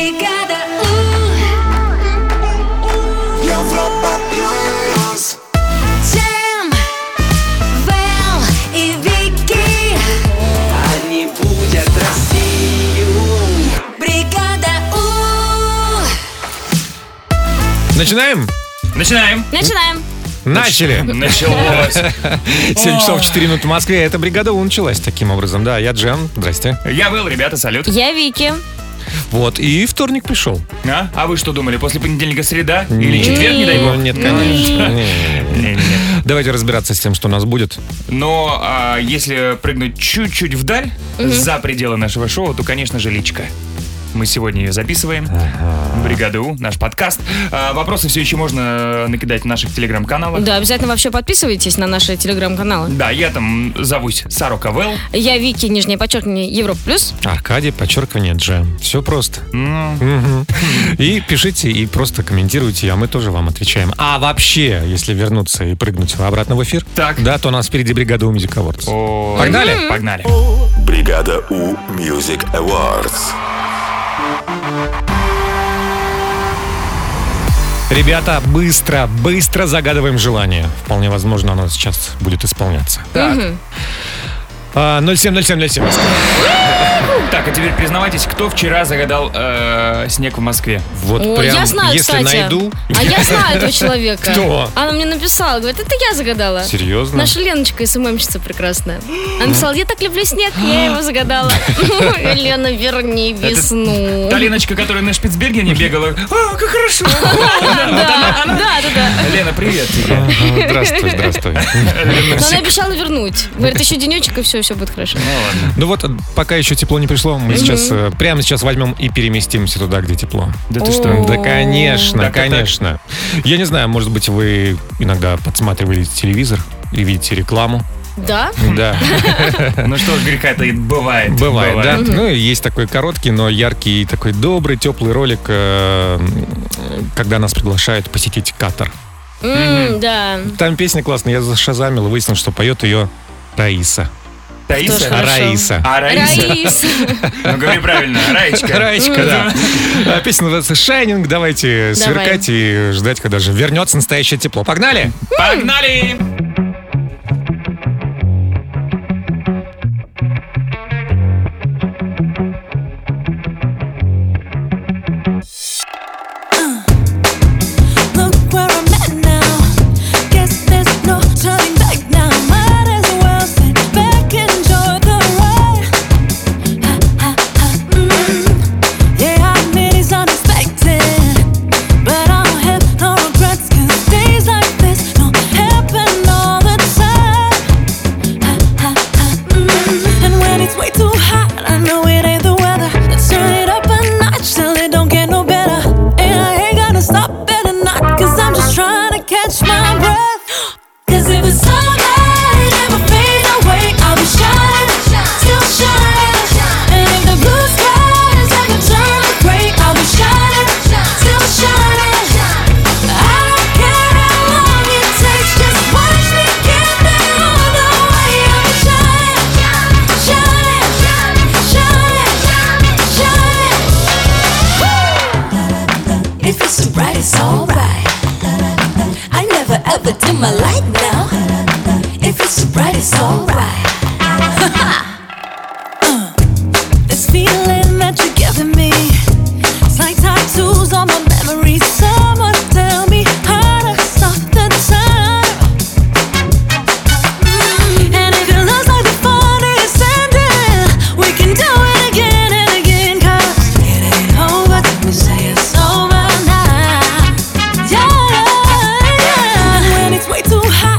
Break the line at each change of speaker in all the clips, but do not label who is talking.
Бригада У
Европа плюс.
Джем, Вэл и Вики
Они будят Россию
Бригада У
Начинаем?
Начинаем.
Начинаем
Начали.
Началось.
7 часов 4 минуты в Москве. Эта бригада У началась таким образом. Да, я Джем. Здрасте.
Я был, ребята, салют.
Я Вики.
Вот, и вторник пришел.
А, а вы что думали, после понедельника среда? Или четверг, не дай
Ну,
бог?
Нет, конечно. Не-не-не.
Не-не-не.
Давайте разбираться с тем, что у нас будет.
Но а, если прыгнуть чуть-чуть вдаль, за пределы нашего шоу, то, конечно же, личка. Мы сегодня ее записываем. Бригада У, наш подкаст. А, вопросы все еще можно э, накидать в наших телеграм-каналах.
Да, обязательно вообще подписывайтесь на наши телеграм-каналы.
Да, я там зовусь Саро Кавел.
Я Вики, нижнее подчеркивание, Европа Плюс.
Аркадий, подчеркивание, Джем. Все просто.
Ну.
Мгм. И пишите, и просто комментируйте, а мы тоже вам отвечаем. А вообще, если вернуться и прыгнуть обратно в эфир,
Так.
да, то у нас впереди бригада у Music Awards.
Ой,
Погнали?
Погнали.
Бригада У Music Awards.
Ребята, быстро, быстро загадываем желание. Вполне возможно, оно сейчас будет исполняться.
Так.
А, 070707.
Так, а теперь признавайтесь, кто вчера загадал э, снег в Москве?
Вот
О,
прям,
я знаю,
если
кстати.
найду.
А я знаю этого человека.
Кто?
Она мне написала, говорит, это я загадала.
Серьезно? Ну.
Наша Леночка, СММщица прекрасная. Она написала, я так люблю снег, я его загадала. Лена, верни весну.
Та Леночка, которая на Шпицбергене бегала. А, как хорошо!
Да, да, да, да.
Лена, привет тебе.
Ага, Здравствуй, здравствуй.
Но она обещала вернуть. Говорит, еще денечек, и все, все будет хорошо.
Ну вот, пока еще тепло не пришло, мы сейчас э, прямо сейчас возьмем и переместимся туда, где тепло.
Да ты
О.
что?
Да, конечно,
Так, так, так.
конечно. Я не знаю, может быть, вы иногда подсматривали телевизор и видите рекламу.
Да?
Да,
Ну что ж, греха это и бывает.
бывает, да. Ну, и есть такой короткий, но яркий, такой добрый, теплый ролик, э, м, когда нас приглашают посетить Катар.
М, Да.
Там песня классная, я зашазамил, и выяснил, что поет ее Раиса.
Тоже
Таиса?
хорошо.
Раиса.
А, Раиса?
Раис.
Ну, говори правильно. Раечка.
Раечка, да. А Песня называется «Шайнинг». Давайте сверкать и ждать, когда же вернется настоящее тепло. Погнали!
Погнали!
Look where I'm at now Guess there's no turning back now Might as well sit back and enjoy the ride Ha, ha, ha, mm. Yeah, I mean it's unexpected But I don't have no regrets 'cause days like this don't happen all the time Ha, ha, ha, mm. And when it's way too hot I know it ain't the weather Let's turn it up a notch till it don't get no better And I ain't gonna stop it or not Cause I'm just trying to catch my breath Cause if it's sunlight never fade away I'll be shining, still shining And if the blue sky is ever turn gray I'll be shining, still shining I don't care how long it takes Just watch me get there all the way I'll be shining, shining, shining, shining if it's alright, it's alright. I never ever dim my light now. If it's alright, it's alright. Uh, this feeling that you're giving me, it's like tattoos on my memory. Someone tell me how to stop the time. And if it looks like the fun is ending, we can do it again and again. 'Cause it ain't over till we say it's over now. Yeah, yeah. And when it's way too hot.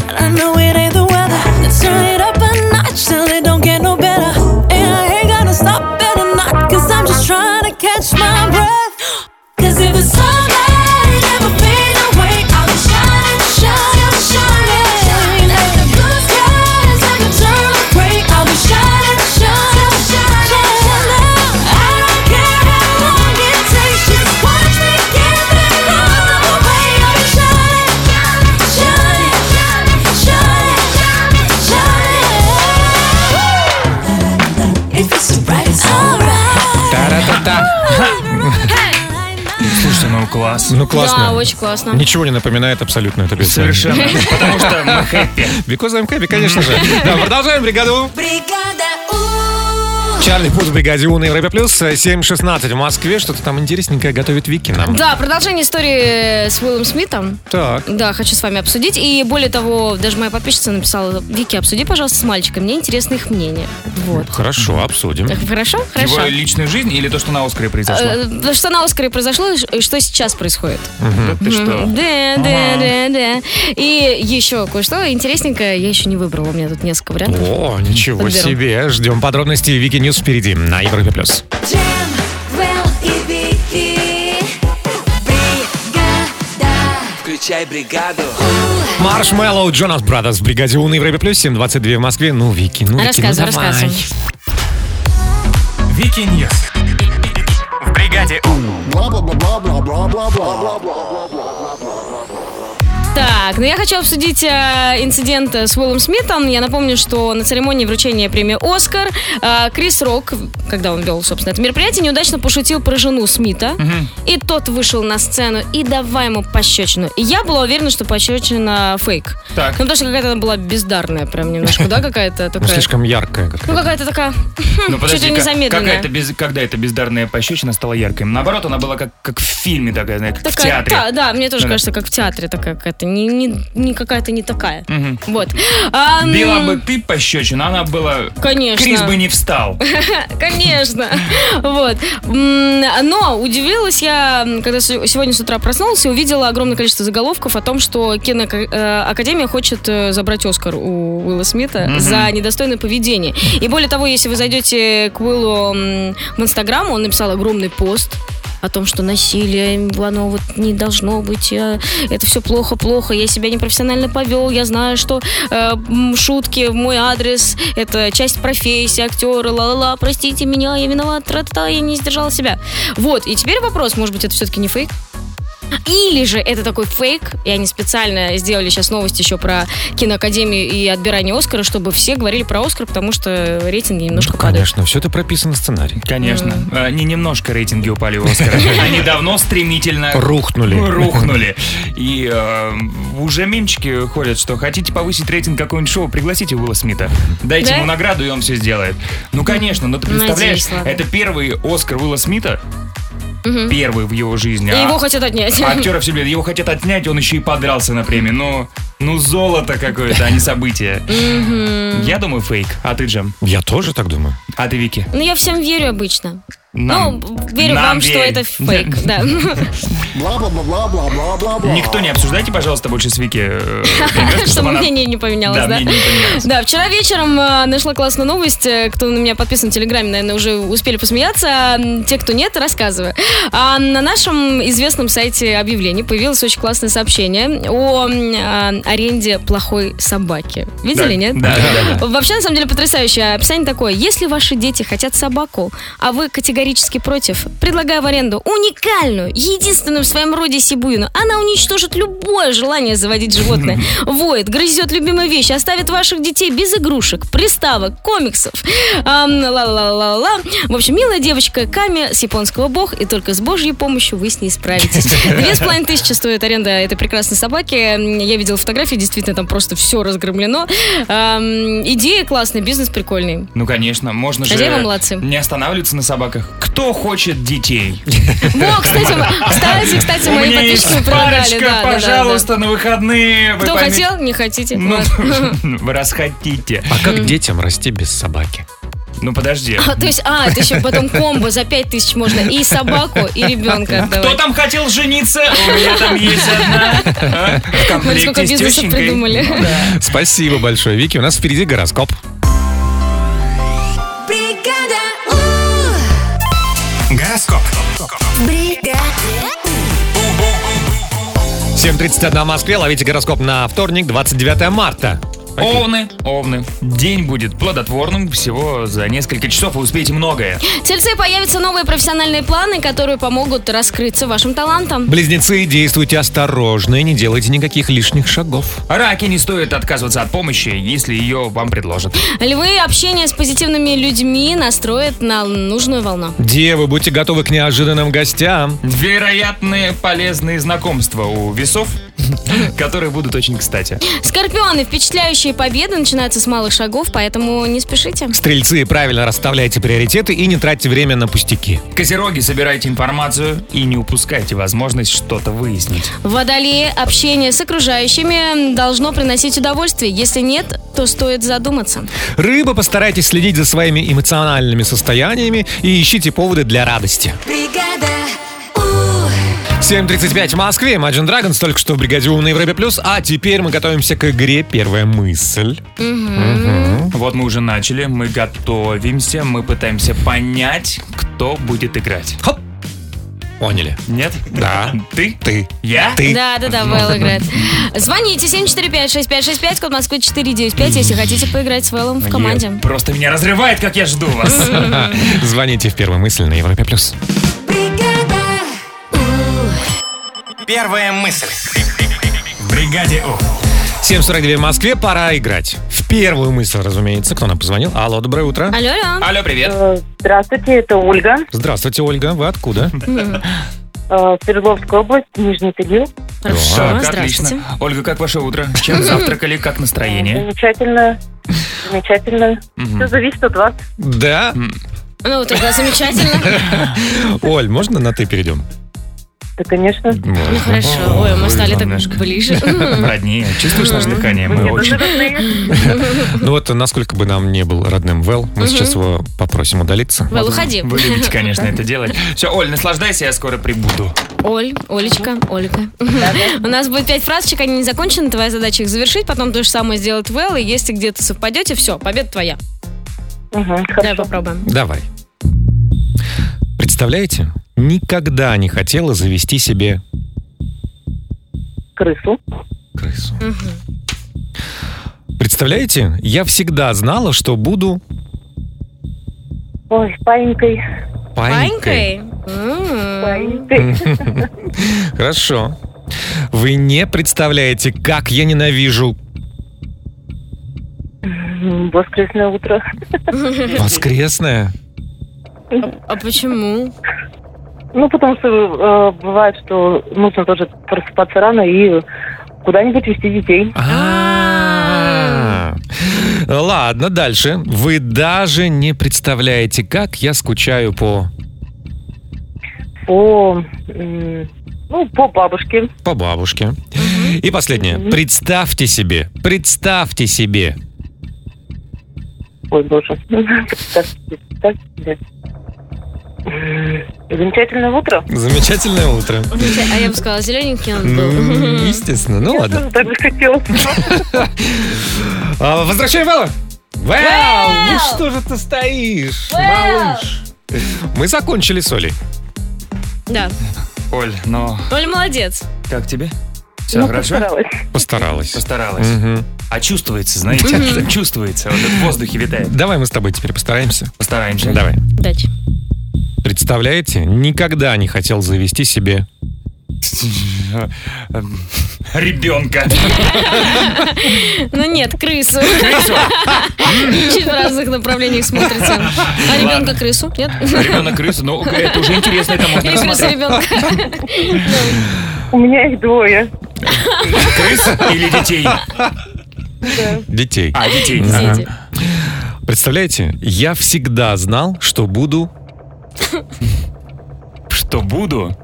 Слушайте, ну класс.
Ну, классно.
Да, очень классно.
Ничего не напоминает абсолютно эта песня.
Совершенно. Потому что мы хэппи.
Because I'm happy, конечно же. Да, продолжаем бригаду.
Бригада У.
Чарли Пут в бригаде У на Европе Плюс. 7.16 в Москве. Что-то там интересненькое готовит Вики нам.
Да, продолжение истории с Уиллом Смитом.
Так.
Да, хочу с вами обсудить. И более того, даже моя подписчица написала, Вики, обсуди, пожалуйста, с мальчиком, мне интересно их мнение. Вот.
Хорошо, обсудим.
Хорошо? Хорошо.
Его личную жизнь или то, что на Оскаре произошло?
Э, Что на Оскаре произошло и ш- и что сейчас происходит?
Да ты что?
М, Да, да, да, да. И еще кое-что интересненькое я еще не выбрала. У меня тут несколько вариантов.
О, ничего
Подберу.
себе. Ждем подробностей Вики Ньюс впереди на Европе Плюс.
Джем, Вэл и Вики. Бригада.
Включай бригаду.
Маршмеллоу, Джонас Брадерс в бригаде У на Европе Плюс. 7.22 в Москве. Ну, Вики, ну, Вики, ну,
Рассказывай,
давай. Ну,
рассказывай.
Вики Ньюс. В бригаде У.
Так, ну я хочу обсудить э, инцидент с Уиллом Смитом. Я напомню, что на церемонии вручения премии «Оскар» э, Крис Рок, когда он вел, собственно, это мероприятие, неудачно пошутил про жену Смита. И тот вышел на сцену и давай ему пощечину. И я была уверена, что пощечина фейк.
Так.
Ну, потому что какая-то она была бездарная прям немножко, да, какая-то
Ну,
такая.
слишком яркая
Ну,
какая-то.
какая-то такая,
Ну,
чуть ли не
ка-
замедленная.
Как это без, когда эта бездарная пощечина стала яркой? Наоборот, она была как, как в фильме такая, знаешь, как в
Такая-
театре.
та- да, мне тоже
Да-да.
кажется, как в театре такая какая-то, не, не- не какая-то не такая.
Мгм.
Вот. А, м,
Била бы ты пощечину, она была...
Конечно.
Крис бы не встал.
Конечно. Вот. М, Но удивилась я, м, когда се- сегодня с утра проснулась и увидела огромное количество заголовков о том, что киноакадемия хочет э, забрать Оскар у Уилла Смита за недостойное поведение. И более того, если вы зайдете к Уиллу м, в Инстаграм, он написал огромный пост о том, что насилие, оно вот не должно быть, э, это все плохо-плохо, я себя непрофессионально повел, я знаю, что э, м, шутки в мой адрес, это часть профессии актера, ла-ла-ла, простите меня, я виноват, тра-та-та, я не сдержал себя. Вот, и теперь вопрос, может быть, это все-таки не фейк? Или же это такой фейк, и они специально сделали сейчас новость еще про киноакадемию и отбирание Оскара, чтобы все говорили про Оскар, потому что рейтинги
Ну,
немножко падают.
Конечно, все это прописано в сценарии.
Конечно. А, Не немножко рейтинги упали у Оскара. Они давно стремительно...
Рухнули.
Рухнули. И э, уже мемчики ходят, что хотите повысить рейтинг какого-нибудь шоу, пригласите Уилла Смита. Дайте
Да?
ему награду, и он все сделает. Ну, конечно, но ты
Надеюсь,
представляешь,
ладно.
это первый Оскар Уилла Смита, первый в его жизни.
И
А-
его хотят отнять.
а актера все блин, его хотят отнять, он еще и подрался на премии. Ну, ну золото какое-то, а не событие. Я думаю, фейк. А ты, Джем?
Я тоже так думаю.
А ты, Вики?
Ну, я всем верю обычно.
Нам.
Ну, верю
Нам
вам, что
верь.
это фейк. Да.
Никто не обсуждайте, пожалуйста, больше с Вики. э, прекрасно,
Чтобы
она-
мнение не поменялось,
Да,
да?
мнение не поменялось.
Да, вчера вечером э, нашла классную новость. Э, Кто на меня подписан в Телеграме, наверное, уже успели посмеяться. А, м, Те, кто нет, рассказываю. А на нашем известном сайте объявлений появилось очень классное сообщение о м, э, аренде плохой собаки.
Да,
Видели, нет?
Да, да, да.
Вообще, на самом деле, потрясающее описание такое. Если ваши дети хотят собаку, а вы категорически против, предлагаю в аренду уникальную, единственную в своем роде сибуину. Она уничтожит любое желание заводить животное. Воет, грызет любимые вещи, оставит ваших детей без игрушек, приставок, комиксов. Ам, Ла-ла-ла-ла-ла. В общем, милая девочка Ками с японского бог, и только с божьей помощью вы с ней справитесь. Две с половиной тысячи стоит аренда этой прекрасной собаки. М, Я видела фотографии, действительно, там просто все разгромлено. Ам, идея классная, бизнес прикольный.
Ну, конечно, можно же
Хозяева молодцы.
не останавливаться на собаках. Кто хочет детей?
Во, кстати, м- кстати, кстати,
У
мои
меня есть
подписчики
парочка,
продали. Да, да, да, да.
пожалуйста, на выходные. вы
Кто
поймете.
хотел, не хотите.
Ну,
Вот.
вы расхотите.
А как детям расти без собаки?
Ну, подожди.
А, то есть, а, это еще потом комбо за пять тысяч можно и собаку, и ребенка
Кто
отдавать.
там хотел жениться? У меня там есть одна. а, В
Ой,
комплекте
Ну, сколько
с
бизнесов
тещенькой.
придумали.
Спасибо большое, Вики. У нас впереди гороскоп.
Бригада У.
Гороскоп.
Бригада
7.31 в Москве. Ловите гороскоп на вторник, 29 марта. Окей.
Овны, овны. День будет плодотворным всего за несколько часов. Вы успеете многое.
Тельцы появятся новые профессиональные планы, которые помогут раскрыться вашим талантам.
Близнецы, действуйте осторожно и не делайте никаких лишних шагов.
Раки не стоит отказываться от помощи, если ее вам предложат.
Львы общение с позитивными людьми настроят на нужную волну.
Девы, будьте готовы к неожиданным гостям.
Вероятные полезные знакомства у весов, которые будут очень кстати.
Скорпионы, впечатляющие победы начинаются с малых шагов, поэтому не спешите.
Стрельцы, правильно расставляйте приоритеты и не тратьте время на пустяки.
Козероги, собирайте информацию и не упускайте возможность что-то выяснить.
Водолеи, общение с окружающими должно приносить удовольствие. Если нет, то стоит задуматься.
Рыбы, постарайтесь следить за своими эмоциональными состояниями и ищите поводы для радости.
Бригада У.
7.35 в Москве, Imagine Dragons только что в бригаде «Ум» на Европе+. плюс, А теперь мы готовимся к игре «Первая мысль».
Вот мы уже начали, мы готовимся, мы пытаемся понять, кто будет играть.
Хоп! Поняли.
Нет?
Да.
Ты?
Ты.
Я?
Ты.
Да, да, да, Вэлл играет. Звоните 745-6565, код Москвы 495, если хотите поиграть с Вэллом в
Е,
команде.
Просто меня разрывает, как я жду вас.
Звоните в «Первую мысль» на Европе+. плюс.
Бригада У.
Первая мысль. В бригаде У.
7.42 в Москве, пора играть. В «Первую мысль», разумеется. Кто нам позвонил? Алло, доброе утро.
Алло, алло.
Алло, привет.
Э, Здравствуйте, это Ольга,
Здравствуйте, Ольга. Вы откуда?
э, Свердловская область, Нижний Тагил.
Хорошо,
Так,
здравствуйте.
отлично. Ольга, как ваше утро? Чем завтракали? Как настроение?
Замечательно, замечательно. Все зависит от вас.
Да.
Ну, тогда замечательно.
Оль, можно на «ты» перейдем?
Да, конечно.
Ну, хорошо. Ой, мы стали так
немножко.
ближе.
Роднее. Чувствуешь наше дыхание? Мы
Мне
очень...
даже родные.
Ну вот, насколько бы нам не был родным Вэл, мы сейчас его попросим удалиться.
Вэлл, уходи.
Вы любите, конечно, это делать. Все, Оль, наслаждайся, я скоро прибуду.
Оль, Олечка, Ольга. У нас будет пять фразочек, они не закончены, твоя задача их завершить, потом то же самое сделает Вэл, и если где-то совпадете, все, победа твоя.
Мгм,
Давай
Хорошо.
попробуем.
Давай. Представляете? Никогда не хотела завести себе
Крысу.
крысу. Представляете? Я всегда знала, что буду
Ой, паинькой.
панькой.
Панькой? М.
Паинькой.
Хорошо. Вы не представляете, как я ненавижу
М, Воскресное утро.
воскресное.
А почему?
Ну, потому что э, бывает, что нужно тоже просыпаться рано и куда-нибудь вести детей.
А. Ладно, дальше. Вы даже не представляете, как я скучаю по...
По, м, ну, по бабушке.
по бабушке. И последнее. Представьте себе, представьте себе.
Ой, боже. Представьте, представьте себе. М, Замечательное утро.
Замечательное утро.
А я бы сказала, зелененький он
Ну,
был.
Естественно, ну ладно.
Так захотелось.
А, Возвращаем Вэлла. Вэлл, ну что же ты стоишь, малыш? Мы закончили с Олей.
Да.
Оль, ну,
Оля молодец.
как тебе? Все
Ну,
хорошо?
постаралась.
Постаралась.
Постаралась.
Мгм.
А чувствуется, знаете, чувствуется. Вот это в воздухе витает.
Давай мы с тобой теперь постараемся.
Постараемся.
Давай.
Удачи.
Представляете, никогда не хотел завести себе.
Эм, Ребенка.
Ну нет, крысу. Чуть в разных направлениях смотрится. А ребенка крысу? Нет?
Ребенок крыса. Ну, это уже интересно, это можно
Или крыса
рассмотреть.
ребенка?
У меня их двое.
Крыса или детей?
Детей.
А, детей. Ага.
Дети.
Представляете, я всегда знал, что буду
Что буду?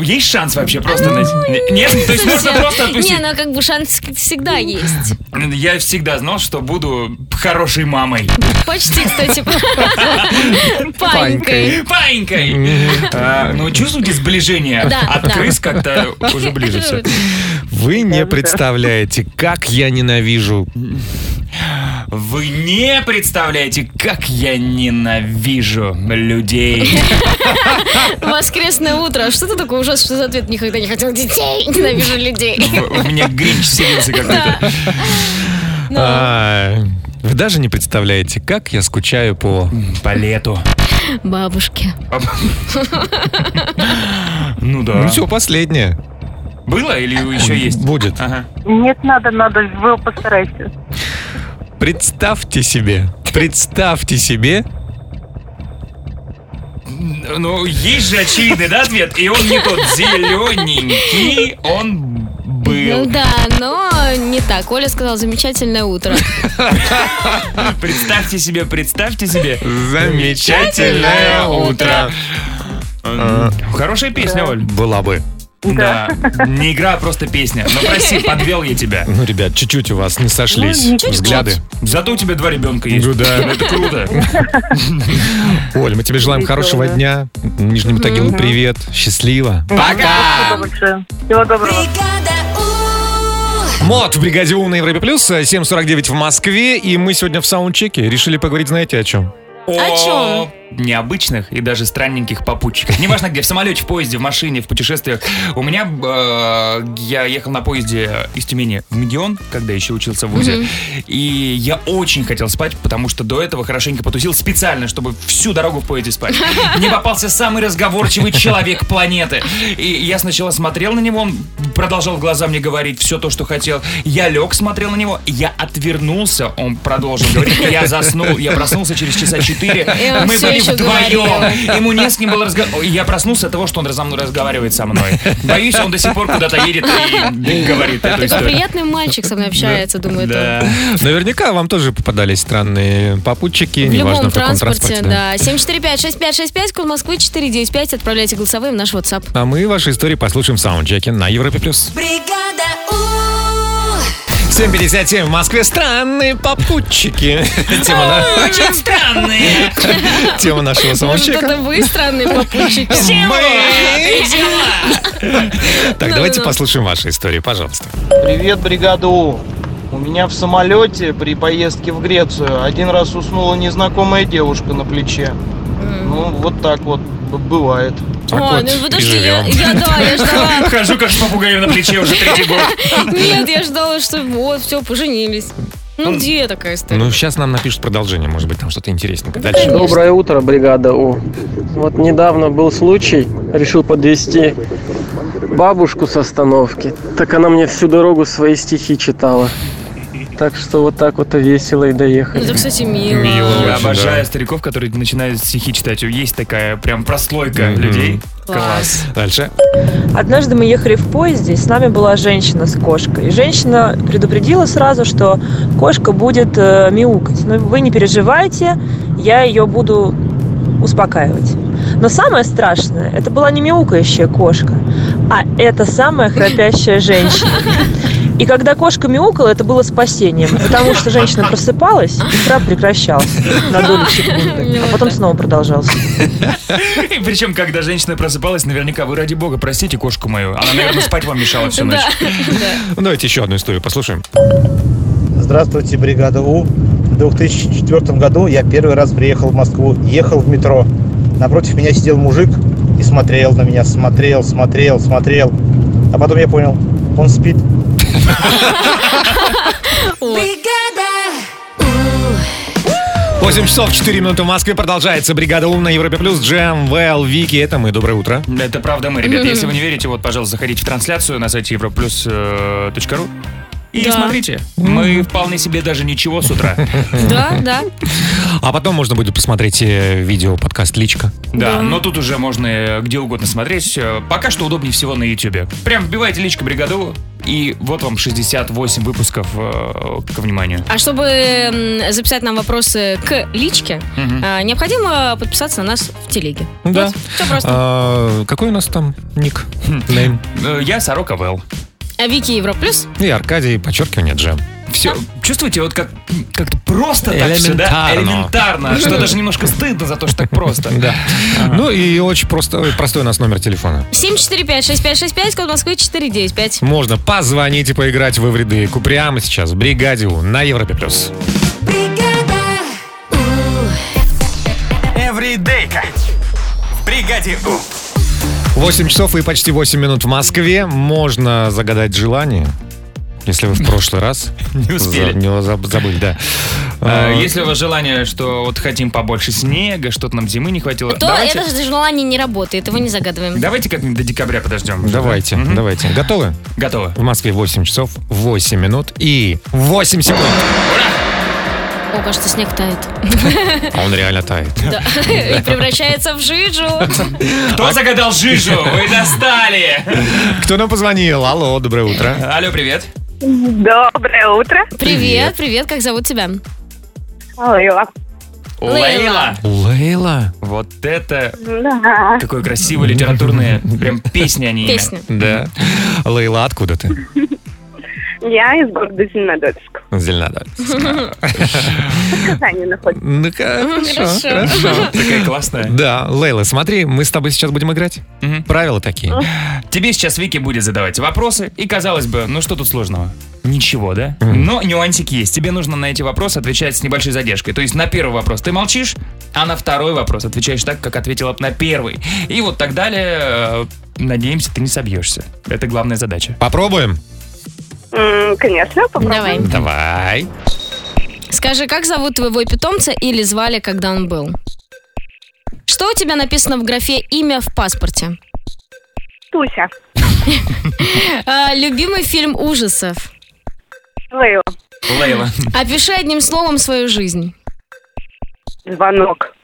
Есть шанс вообще просто
Ну,
найти? Нет, то есть можно
Совсем.
просто
Не,
отпустить.
ну как бы шанс всегда есть.
ну.
Я всегда знал, что буду хорошей мамой.
Почти, кстати. Панькой.
Панькой! А, Ну, чувствуете сближение?
Да,
От
да.
крыс как-то уже ближе все.
Вы не представляете, как я ненавижу.
Вы не представляете, как я ненавижу людей.
воскресное утро. А Что ты такое ужасное, что за ответ никогда не хотел детей? Ненавижу людей.
У меня гринч вселился какой-то.
Ну,
А, Вы даже не представляете, как я скучаю по...
По лету.
Бабушки.
Ну да.
Ну все, последнее.
Было или еще есть?
Будет.
Ага.
Нет, надо, надо, вы постарайтесь.
Представьте себе, представьте себе,
Ну, есть же очевидный, да, ответ? И он не тот зелененький, он
Ну
был.
да, но не так. Оля сказала замечательное утро.
Представьте себе, представьте себе.
замечательное утро.
Хорошая песня, Оль.
Была бы.
Да. Не игра, а просто песня. Но прости, подвел я тебя.
Ну, ребят, чуть-чуть у вас не сошлись
Ну, чуть-чуть.
взгляды.
Зато у тебя два ребенка есть.
Ну да.
Это круто.
Оль, мы тебе желаем хорошего дня. Нижнему Тагилу привет. Счастливо.
Спасибо большое. Всего доброго.
Бригада У.
Мод в бригаде У на Европе Плюс, э, 7.49 в Москве, и мы сегодня в саундчеке решили поговорить, знаете, о чем?
О необычных и даже странненьких попутчиках. Неважно где, в самолете, в поезде, в машине, в путешествиях. У меня, э, я ехал на поезде из Тюмени в Мегион, когда еще учился в ВУЗе. И я очень хотел спать, потому что до этого хорошенько потусил специально, чтобы всю дорогу в поезде спать. Мне попался самый разговорчивый человек планеты. И я сначала смотрел на него, он продолжал в глаза мне говорить все то, что хотел. Я лег, смотрел на него, я отвернулся, он продолжил говорить. Я заснул, я проснулся через часа четыре.
И он
Мы
всё
были
ещё
вдвоем.
говорил.
Ему не с кем было разговаривать. Я проснулся от того, что он за мной разговаривает со мной. Боюсь, он до сих пор куда-то едет и говорит эту
Такой
историю.
приятный мальчик со мной общается, думает он.
Да.
Наверняка вам тоже попадались странные попутчики,
В
неважно
любом
в каком транспорте.
транспорте, да. 745-6565, код Москвы 495. Отправляйте голосовые в наш WhatsApp.
А мы ваши истории послушаем в саундчеке на Европе Плюс.
Бригада У.
7.57 в Москве. Странные попутчики. Тема, на-
Очень странные.
тема нашего
Может, это
саундчека.
вы странные попутчики?
Мы- Так, давайте
Ну-ну-ну.
послушаем ваши истории, пожалуйста.
Привет, бригада У. У меня в самолете при поездке в Грецию один раз уснула незнакомая девушка на плече. Ну, вот так вот б- бывает.
Так
Ой,
вот,
ну подожди, я,
переживем.
я, да, я ждала.
Хожу как с попугаем на плече уже третий год.
Нет, я ждала, что вот, все, поженились. Ну, где такая история?
Ну, сейчас нам напишут продолжение, может быть, там что-то интересненькое. Дальше.
Доброе утро, бригада У. Вот недавно был случай, решил подвести бабушку с остановки. Так она мне всю дорогу свои стихи читала. Так что вот так вот и весело и доехали.
Ну, Это, кстати, мило.
Мило.
Я
Очень,
обожаю
да.
стариков, которые начинают стихи читать. Есть такая прям прослойка людей.
Класс.
Дальше.
Однажды мы ехали в поезде, и с нами была женщина с кошкой. И женщина предупредила сразу, что кошка будет э, мяукать. Но вы не переживайте, я ее буду успокаивать. Но самое страшное, это была не мяукающая кошка, а это самая храпящая женщина. И когда кошка мяукала, это было спасением, потому что женщина просыпалась, и храп прекращался на долю секунды, а потом снова продолжался.
И причем, когда женщина просыпалась, наверняка вы ради бога простите кошку мою. Она, наверное, спать вам мешала всю ночь.
Да,
Ну, давайте еще одну историю послушаем.
Здравствуйте, бригада У. В 2004 году я первый раз приехал в Москву, ехал в метро. Напротив меня сидел мужик и смотрел на меня, смотрел, смотрел, смотрел. А потом я понял, он спит.
Бригада.
8 часов 4 минуты в Москве продолжается бригада Ум на Европе Плюс. Джем, Вэл, Вики, это мы. Доброе утро.
Это правда мы, ребят. Если вы не верите, вот, пожалуйста, заходите в трансляцию на сайте europlus.ru и
Да.
смотрите. Мы вполне себе даже ничего с утра.
да, да.
А потом можно будет посмотреть э, видео подкаст Личка.
Да, но тут уже можно э, где угодно смотреть. Э, Пока что удобнее всего на YouTube. Прям вбивайте личка бригаду, и вот вам 68 выпусков э, ко вниманию.
А чтобы м, записать нам вопросы к личке, а, необходимо подписаться на нас в телеге.
Да.
Все просто.
А, какой у нас там ник? Нейм.
Э, Я Сорока Вэл.
А Вики Европа Плюс.
И Аркадий, подчеркивание, Джем.
Все, чувствуете, вот как, как просто так все, да?
Элементарно.
Элементарно. Что даже немножко стыдно за то, что так просто.
Да. Ну и очень просто, ой, простой у нас номер телефона.
745-6565, код Москвы 495.
Можно позвонить и поиграть в Эвриды Ку прямо сейчас в бригаде У на Европе Плюс.
Бригада.
Эвридейка. В бригаде У.
8 часов и почти 8 минут в Москве. Можно загадать желание. Если вы в прошлый раз
Не успели.
за- не заб- забыли, да.
А,
А,
Если у вас желание, что вот хотим побольше снега, что-то нам зимы не хватило,
То
давайте,
это же желание не работает, его не загадываем.
давайте как-нибудь до декабря подождем.
Давайте, давайте. Готовы?
Готовы.
В Москве 8 часов, 8 минут и 8 секунд.
О, кажется, снег тает.
А он реально тает.
Да. И превращается в жижу.
Кто загадал жижу? Вы достали!
Кто нам позвонил? Алло, доброе утро.
Алло, привет.
Доброе утро.
Привет, привет, как зовут тебя?
Алла.
Лейла.
Лейла.
Вот это...
Да.
Такое красивое, литературное. Прям а песни они.
Песня.
Да. Лейла, откуда ты?
Я из города Зеленодольск.
Зеленодоль.
В Казани находится.
Ну, хорошо, хорошо.
Ну, Такая классная.
Да, Лейла, смотри, мы с тобой сейчас будем играть. Правила такие.
Тебе сейчас Вики будет задавать вопросы, и казалось бы, ну что тут сложного? Ничего, да? Но нюансик есть. Тебе нужно на эти вопросы отвечать с небольшой задержкой. То есть на первый вопрос ты молчишь, а на второй вопрос отвечаешь так, как ответила б на первый. И вот так далее. э, Надеемся, ты не собьешься. Это главная задача.
Попробуем.
М, Конечно, попробуем.
Давай.
Скажи, как зовут твоего питомца или звали, когда он был? Что у тебя написано в графе «Имя в паспорте»?
Туся.
А, Любимый фильм ужасов.
Лейла.
Лейла.
Опиши одним словом свою жизнь.
Звонок.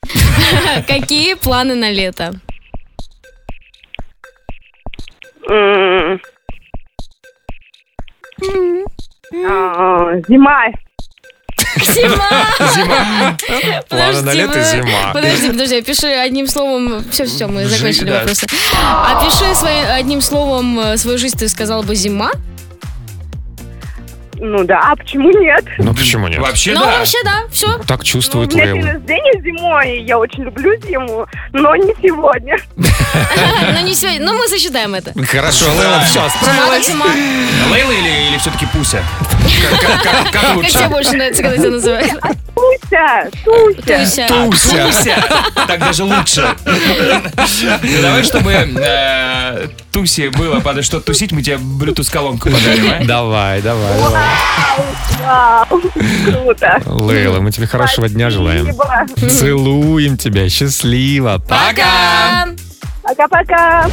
Какие планы на лето?
М. А, Зима.
Зима!
Планы на лето
мы-
зима.
Подожди, подожди, опиши одним словом... Все, все, мы
Жизнь,
закончили
да.
вопросы. Опиши свои- одним словом э, свою жизнь, ты сказала бы зима?
Ну да, а почему нет?
Ну почему нет?
Вообще
ну, вообще, да, все.
Так
У
Ну,
чувствует
меня день
Лейла.
рождения зимой, и я очень люблю зиму, но не сегодня.
Но не сегодня. Ну, мы засчитаем это.
Хорошо, Лейла, все, справилась.
Зима, да, зима.
Лейла или, или все-таки Пуся? Как- как- как- как
Как
лучше?
тебе больше нравится, когда тебя называют?
Туся, Туся.
Туся.
Туся. Так даже лучше. Ну, Давай, чтобы э, Тусе было под что тусить, мы тебе Bluetooth-колонку подарим, а?
Давай, давай, давай.
Вау, круто.
Лейла, мы тебе хорошего дня желаем.
Спасибо.
Целуем тебя, счастливо.
Пока!
Пока-пока.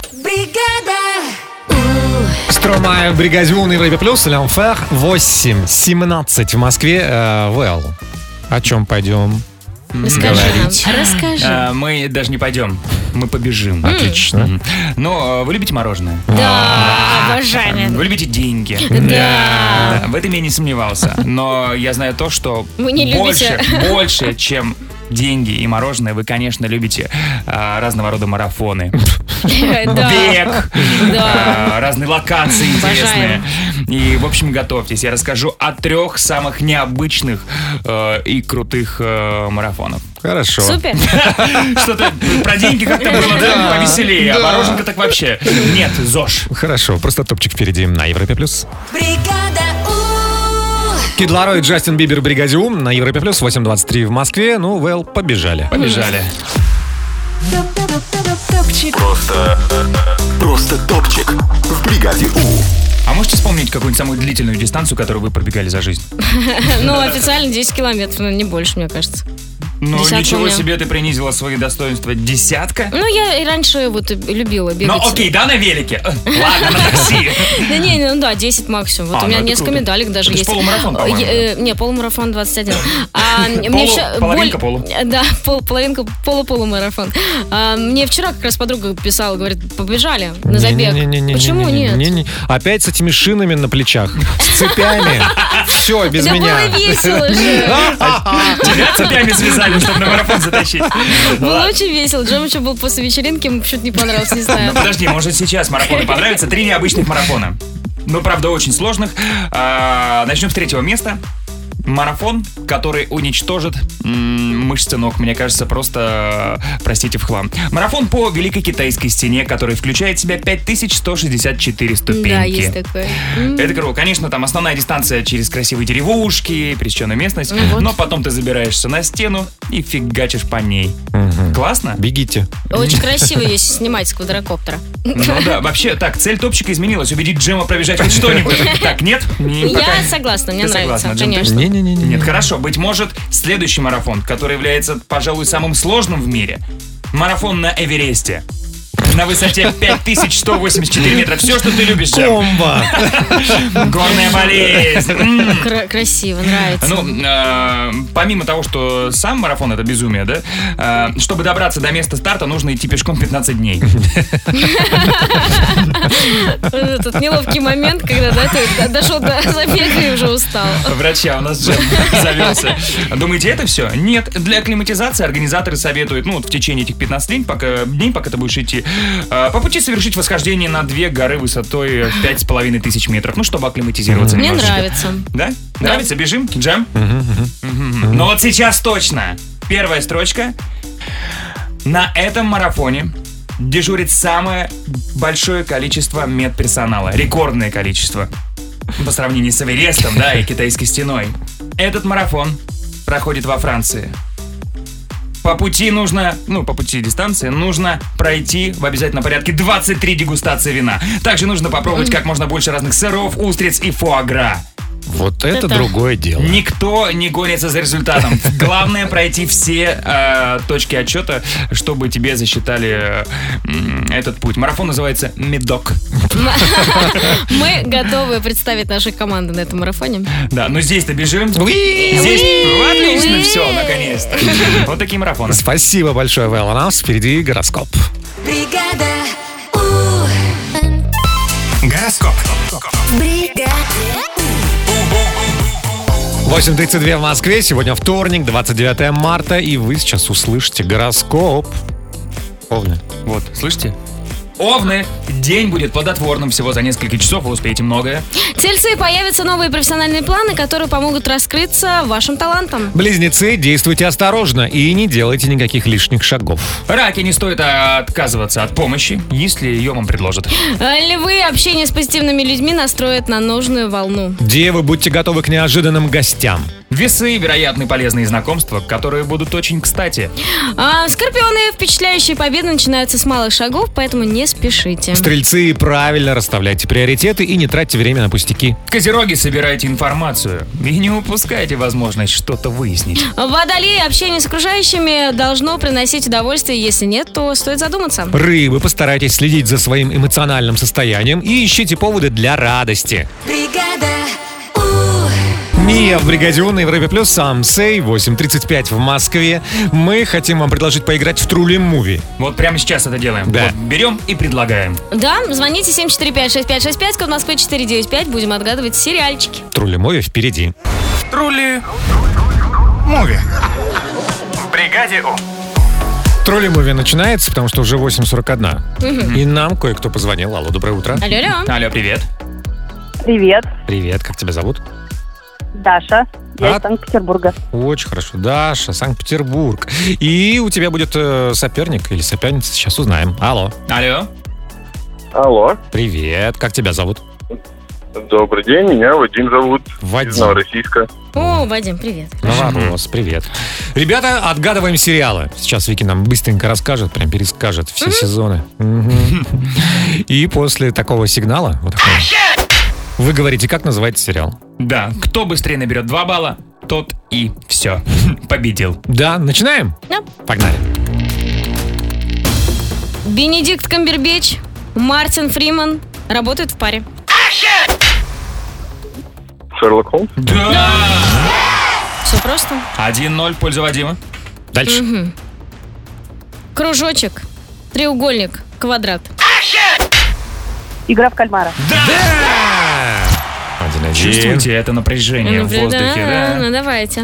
Стромая бригадюн и Европе Плюс, Лянфер, 8.17 в Москве. Э, Well, о чем пойдем
Расскажи
говорить?
расскажи.
А, Мы даже не пойдем, мы побежим.
Отлично.
Мгм. Но э, вы любите мороженое?
Да, обожаем.
Вы любите деньги?
Да.
Да, В этом я не сомневался. Но я знаю то, что
Вы не
больше,
любите.
больше, чем деньги и мороженое, вы, конечно, любите а, разного рода марафоны.
Да.
Бег,
Да.
а, разные локации интересные.
Обожаем.
И, в общем, готовьтесь. Я расскажу о трех самых необычных э, и крутых э, марафонов.
Хорошо.
Супер.
Что-то про деньги как-то было да, повеселее, а
Да.
мороженка так вообще. Нет, ЗОЖ.
Хорошо, просто топчик впереди на Европе Плюс.
Бригада У.
Кид Ларо и Джастин Бибер Бригадиум на Европе Плюс 8.23 в Москве. Ну, Well, побежали.
Побежали.
Просто... Просто топчик в бригаде У.
А можете вспомнить какую-нибудь самую длительную дистанцию, которую вы пробегали за жизнь?
Ну, официально 10 километров, но не больше, мне кажется.
Ну,
Десятку у
ничего
меня.
себе, ты принизила свои достоинства. Десятка?
Ну, я и раньше вот и любила бегать.
Ну, окей, да, на велике. Э, Ладно, на такси.
Да не, ну да, 10 максимум. Вот
А,
у меня
ну это
несколько
круто.
медалек даже
Это ж
есть.
полумарафон, по-моему.
Э, э, Не, полумарафон 21. А, мне
Полу-
вчера-
половинка
боль-
полу.
Да, пол- половинка полу-полумарафон. А, Мне вчера как раз подруга писала, говорит, побежали на забег.
Не-не-не-не-не-не-не-не-не.
Почему нет?
Не-не. Опять с этими шинами на плечах, с цепями. Все, без
Да
меня.
было весело же.
Тебя цепями связали, чтобы на марафон затащить.
Было
Ладно.
очень весело. Джем еще был после вечеринки, ему чуть не понравилось, не
Ну,
знаю.
подожди, может сейчас марафоны понравятся. Три необычных марафона. Ну, правда, очень сложных. А, Начнем с третьего места. Марафон, который уничтожит м, мышцы ног, мне кажется, просто, э, простите, в хлам. Марафон по Великой Китайской стене, который включает в себя 5164 ступеньки.
Да, есть такое. М.
Это круто. Конечно, там основная дистанция через красивые деревушки, пересеченную местность.
Ну вот.
Но потом ты забираешься на стену и фигачишь по ней. Классно?
Бегите.
Очень красиво, если снимать с квадрокоптера.
Ну да, вообще, так, цель топчика изменилась. Убедить Джема пробежать хоть что-нибудь. Так, нет? Не, Ну, пока.
Я согласна, мне
Ты
нравится,
согласна, Джем?
конечно.
Не-не-не.
Нет, хорошо. Быть может, следующий марафон, который является, пожалуй, самым сложным в мире. Марафон на Эвересте. На высоте 5184 метра. Все, что ты любишь, Джем.
Комбо.
Горная болезнь. М.
Кра- Красиво, нравится.
Ну, э, помимо того, что сам марафон это безумие, да, э, чтобы добраться до места старта, нужно идти пешком 15 дней.
Вот Этот неловкий момент, когда да, ты д- дошел до забега и уже устал.
Врача а у нас Джем завелся. Думаете, это все? Нет. Для акклиматизации организаторы советуют, ну, вот в течение этих 15 дней, пока, дней, пока ты будешь идти, э, по пути совершить восхождение на две горы высотой в пять с половиной тысяч метров, ну, чтобы акклиматизироваться
Мне
немножечко.
нравится.
Да? Нравится? Бежим? Джем? Мгм. Но вот сейчас точно. Первая строчка. На этом марафоне дежурит самое большое количество медперсонала. Рекордное количество. По сравнению с Эверестом, да, и китайской стеной. Этот марафон проходит во Франции. По пути нужно, ну, по пути дистанции, нужно пройти в обязательном порядке 23 дегустации вина. Также нужно попробовать как можно больше разных сыров, устриц и фуагра.
Вот это,
Это-
другое дело.
Никто не гонится за результатом. Главное пройти все э, точки отчета, чтобы тебе засчитали э, м, этот путь. Марафон называется Медок.
Мы готовы представить наши команды на этом марафоне.
Да, ну здесь-то бежим.
Уи!
Здесь ну,
Уи!
отлично,
Уи!
все, наконец-то. Вот такие марафоны.
Спасибо большое, Вэл. А у нас впереди гороскоп.
Бригада У.
Гороскоп.
Бригада.
8.32 в Москве. Сегодня вторник, 29 марта. И вы сейчас услышите гороскоп. Овны.
Вот, слышите? Овны, день будет плодотворным всего за несколько часов, вы успеете многое.
Тельцы появятся новые профессиональные планы, которые помогут раскрыться вашим талантам.
Близнецы, действуйте осторожно и не делайте никаких лишних шагов.
Раки не стоит отказываться от помощи, если ее вам предложат.
Э, Львы общение с позитивными людьми настроят на нужную волну.
Девы, будьте готовы к неожиданным гостям.
Весы, вероятны полезные знакомства, которые будут очень кстати.
А, скорпионы впечатляющие победы начинаются с малых шагов, поэтому не спешите.
Стрельцы, правильно расставляйте приоритеты и не тратьте время на пустяки.
Козероги, собирайте информацию и не упускайте возможность что-то выяснить.
Водолеи общение с окружающими должно приносить удовольствие, если нет, то стоит задуматься.
Рыбы, постарайтесь следить за своим эмоциональным состоянием и ищите поводы для радости.
Бригада.
Мия в бригаде «У» на Европе Плюс, сам Сей, 8.35 в Москве. Мы хотим вам предложить поиграть в Трули Муви.
Вот прямо сейчас это делаем.
Да.
Вот берем и предлагаем.
Да, звоните 745-6565, код Москвы 495, будем отгадывать сериальчики.
Трули Муви впереди.
Трули.
Муви. В бригаде У.
Тролли Муви начинается, потому что уже 8.41.
Мгм.
И нам кое-кто позвонил. Алло, доброе утро.
Алло, алло.
Алло, привет.
Привет,
Привет, как тебя зовут?
Даша. Я
А?
из Санкт-Петербурга.
Очень хорошо. Даша, Санкт-Петербург. И у тебя будет э, соперник или соперница, сейчас узнаем. Алло,
Алло.
Алло,
привет, как тебя зовут?
добрый день, меня Вадим зовут, из
Вадим.
Новороссийска.
О, Вадим, привет.
Новорос, привет. Ребята, отгадываем сериалы. Сейчас Вики нам быстренько расскажет, прям перескажет все сезоны. Мгм. И после такого сигнала, вот такого, вы говорите, как называется сериал.
Да, кто быстрее наберет 2 балла, тот и все. Победил.
Да, начинаем?
Да.
Погнали.
Бенедикт Камбербеч, Мартин Фриман работают в паре.
Шерлок Холмс?
Да!
Все просто.
1-0 в пользу Вадима.
Дальше.
Мгм. Кружочек, треугольник, квадрат.
Игра в кальмара.
Один-один.
Чувствуете это напряжение в
Ну, да,
воздухе, да?
ну, давайте.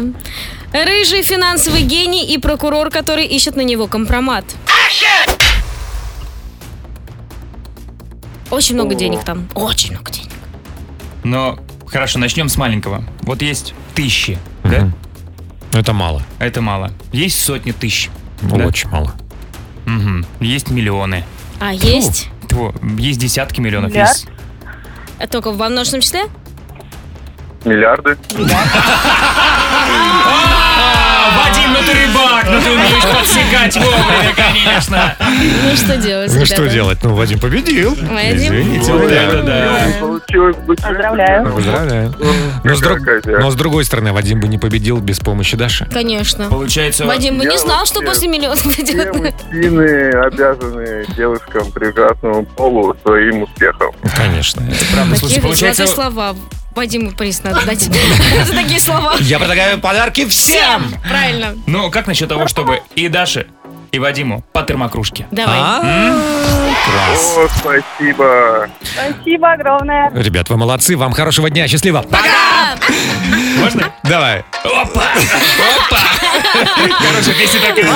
Рыжий финансовый гений и прокурор, который ищет на него компромат. Очень много денег там. Очень много денег.
Но хорошо, начнем с маленького. Вот есть тысячи. да?
Ну, Это мало.
Это мало. Есть сотни тысяч.
Ну, Очень мало.
Мгм. Есть миллионы.
А, есть?
Тво- Есть десятки миллионов.
Миллиард?
Есть-
А Только во множественном числе?
Миллиарды.
А, Вадим, ну ты рыбак, ну ты умеешь подсекать вовремя, конечно.
Ну что делать,
Ну что
ребята?
делать? Ну, Вадим победил.
Вадим.
Извините, Вадим.
Получилось быть.
Поздравляю.
Поздравляю. Но с, друг- но с другой стороны, Вадим бы не победил без помощи Даши.
Конечно.
Получается...
Вадим, мы
Я
не знал,
вот
что
нет.
после миллиона пойдет.
Мужчины обязаны девушкам прекрасному полу своим успехом.
Конечно. Это
правда.
Какие золотые слова Вадиму приз надо дать за такие слова.
Я предлагаю подарки всем!
Правильно.
Ну, как насчет того, чтобы и Даше, и Вадиму по термокружке?
Давай.
Класс.
О, спасибо.
Спасибо огромное.
Ребят, вы молодцы. Вам хорошего дня. Счастливо. Пока!
Можно?
Давай.
Опа! Опа!
А.
Короче, песня такая.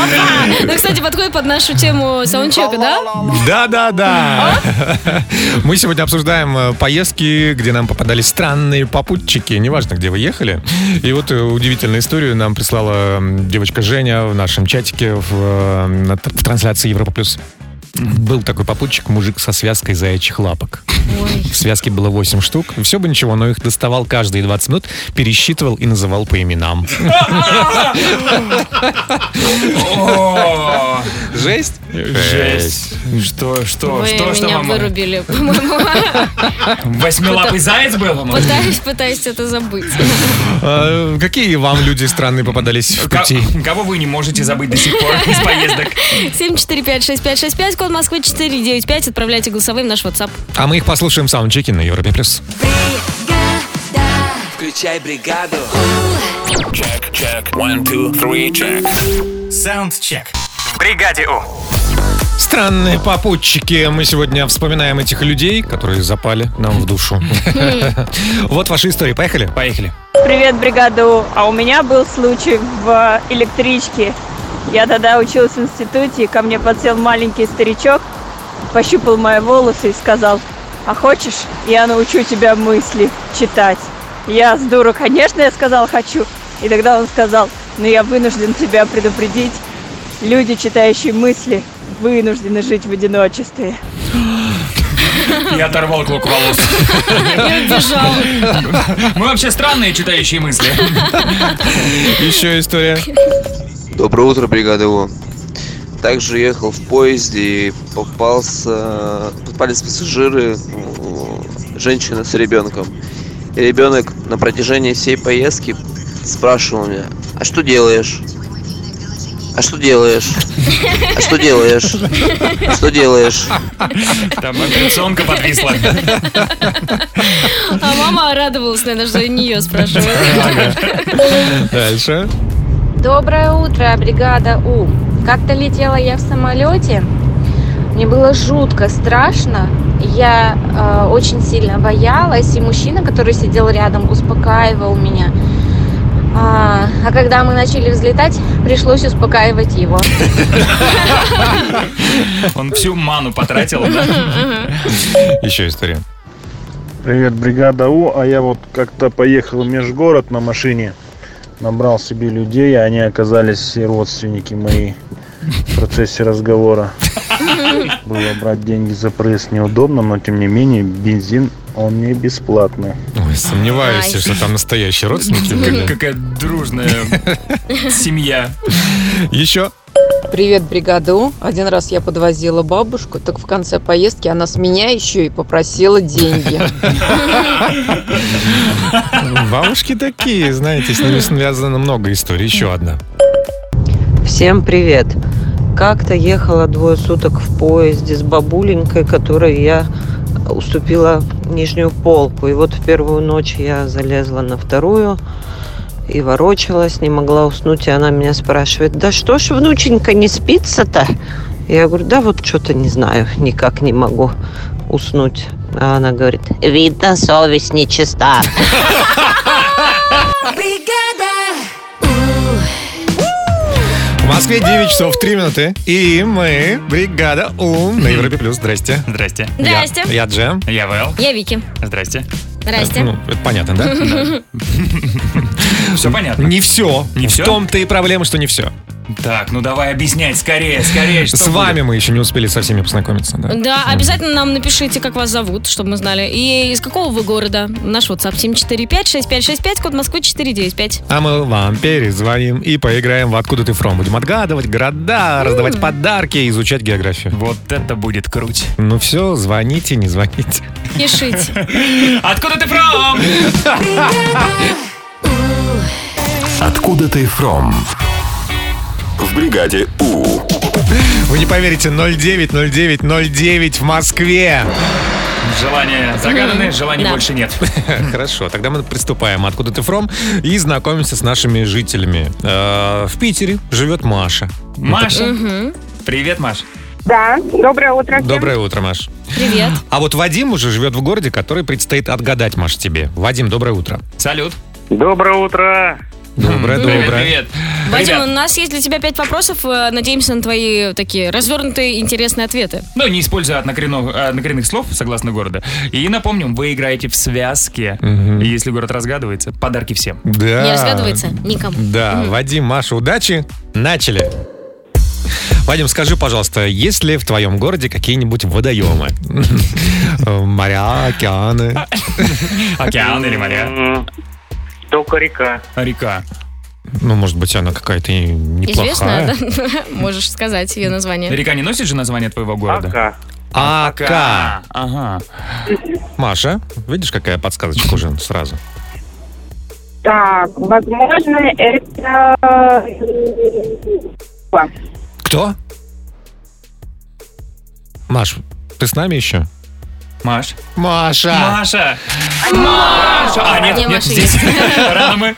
Ну, кстати, подходит под нашу тему саундчека, да?
Да-да-да. Мы сегодня обсуждаем э, поездки, где нам попадались странные попутчики. Неважно, где вы ехали. И вот э, удивительную историю нам прислала м, девочка Женя в нашем чатике в, э, на тр- в трансляции Европа Плюс. Был такой попутчик, мужик со связкой заячьих лапок. В связке было 8 штук. Все бы ничего, но их доставал каждые 20 минут, пересчитывал и называл по именам.
О,
Жесть?
Жесть. Что, что,
Вы
что, что,
меня
мама?
вырубили, по-моему.
Восьмилапый заяц был, мама?
Пытаюсь, пытаюсь это забыть.
Э, Какие вам люди странные попадались в
Ко-
пути?
Кого вы не можете забыть до сих пор из поездок?
7456565, код Москвы 495. Отправляйте голосовым в наш WhatsApp.
А мы их послушаем в саундчеке на Европе плюс.
Включай бригаду.
Чек, чек. One, two, three, чек.
Саундчек. В бригаде У.
Странные попутчики. Мы сегодня вспоминаем этих людей, которые запали нам в душу. Вот ваши истории. Поехали?
Поехали.
Привет, бригада У. А у меня был случай в электричке. Я тогда училась в институте, и ко мне подсел маленький старичок, пощупал мои волосы и сказал, а хочешь, я научу тебя мысли читать. Я с дура, конечно, я сказал хочу. И тогда он сказал, но я вынужден тебя предупредить. Люди, читающие мысли, вынуждены жить в одиночестве.
Я оторвал клок волос.
Я убежал.
Мы вообще странные читающие мысли.
Еще история.
Доброе утро, бригада У. Также ехал в поезде и попался, попались пассажиры, э, женщина с ребенком. И ребенок на протяжении всей поездки спрашивал меня, а что делаешь? А что делаешь? А что делаешь? Что делаешь?
Там операционка подвисла.
А мама радовалась, наверное, что я нее спрашиваю.
Дальше.
Доброе утро, бригада У. Как-то летела я в самолете. Мне было жутко страшно. Я э, очень сильно боялась, и мужчина, который сидел рядом, успокаивал меня. А, а когда мы начали взлетать, пришлось успокаивать его.
Он всю ману потратил.
Еще история.
Привет, бригада У. А я вот как-то поехал в межгород на машине, набрал себе людей, а они оказались все родственники мои в процессе разговора. Было брать деньги за проезд неудобно, но тем не менее бензин он не бесплатный.
Ой, сомневаюсь,
Ай.
что там настоящие родственники
Как-
были.
Какая дружная семья.
Еще.
Привет, бригада У. Один раз я подвозила бабушку, так в конце поездки она с меня еще и попросила деньги.
Бабушки такие, знаете, с ними связано много историй. Еще одна.
Всем привет! Как-то ехала двое суток в поезде с бабуленькой, которой я уступила нижнюю полку. И вот в первую ночь я залезла на вторую и ворочалась, не могла уснуть, и она меня спрашивает, да что ж, внученька, не спится-то? Я говорю, да вот что-то не знаю, никак не могу уснуть. А она говорит, видно, совесть нечиста.
В Москве 9 часов 3 минуты. И мы, бригада У на Европе плюс. Здрасте.
Здрасте.
Здрасте.
Я Джем.
Я Вэл.
Я Вики.
Здрасте.
Здрасте.
Э, ну, это понятно, да?
Все понятно.
Не все.
Не все?
В том-то и проблема, что не все.
Так, ну давай объяснять скорее, скорее. что
С вами мы еще не успели со всеми познакомиться. Да.
Да, обязательно нам напишите, как вас зовут, чтобы мы знали. И из какого вы города? Наш WhatsApp 745-6565, код Москвы 495.
А мы вам перезвоним и поиграем в «Откуда ты фром». Будем отгадывать города, раздавать подарки и изучать географию.
Вот это будет круть.
Ну все, звоните, не звоните.
Пишите.
Откуда ты фром?
Откуда ты from? В бригаде У.
Вы не поверите, 090909 в Москве.
Желания загаданы, желаний
Да.
больше нет.
Хорошо, тогда мы приступаем «Откуда ты фром» и знакомимся с нашими жителями. Э, В Питере живет Маша.
Маша? Привет, Маш.
Да, доброе утро всем.
Доброе утро, Маш.
Привет.
А вот Вадим уже живет в городе, который предстоит отгадать, Маш, тебе. Вадим, доброе утро.
Салют.
Доброе утро. Доброе, доброе.
Привет.
Вадим, у нас есть для тебя пять вопросов. Э, Надеемся на твои такие развернутые интересные ответы.
Ну, не используя однокорено- однокоренных слов, согласно города. И напомним, вы играете в связке. И Если город разгадывается, подарки всем.
Да.
Не разгадывается никому.
Да, Вадим, Маша, удачи. Начали. Вадим, скажи, пожалуйста, есть ли в твоем городе какие-нибудь водоемы? Э, Моря, океаны.
Океан или моря? А
Только река.
Река.
Ну, может быть, она какая-то и неплохая.
Известно, да? Можешь сказать ее название.
Река не носит же название твоего города? Ака.
Ака.
Ага.
А, Маша, видишь, какая подсказочка уже сразу?
Так, возможно, это... э,
Кто? Маш, ты с нами еще?
Маш.
Маша.
Маша. Маша. А, нет,
Не,
нет,
Маша
здесь.
есть.
Рано мы.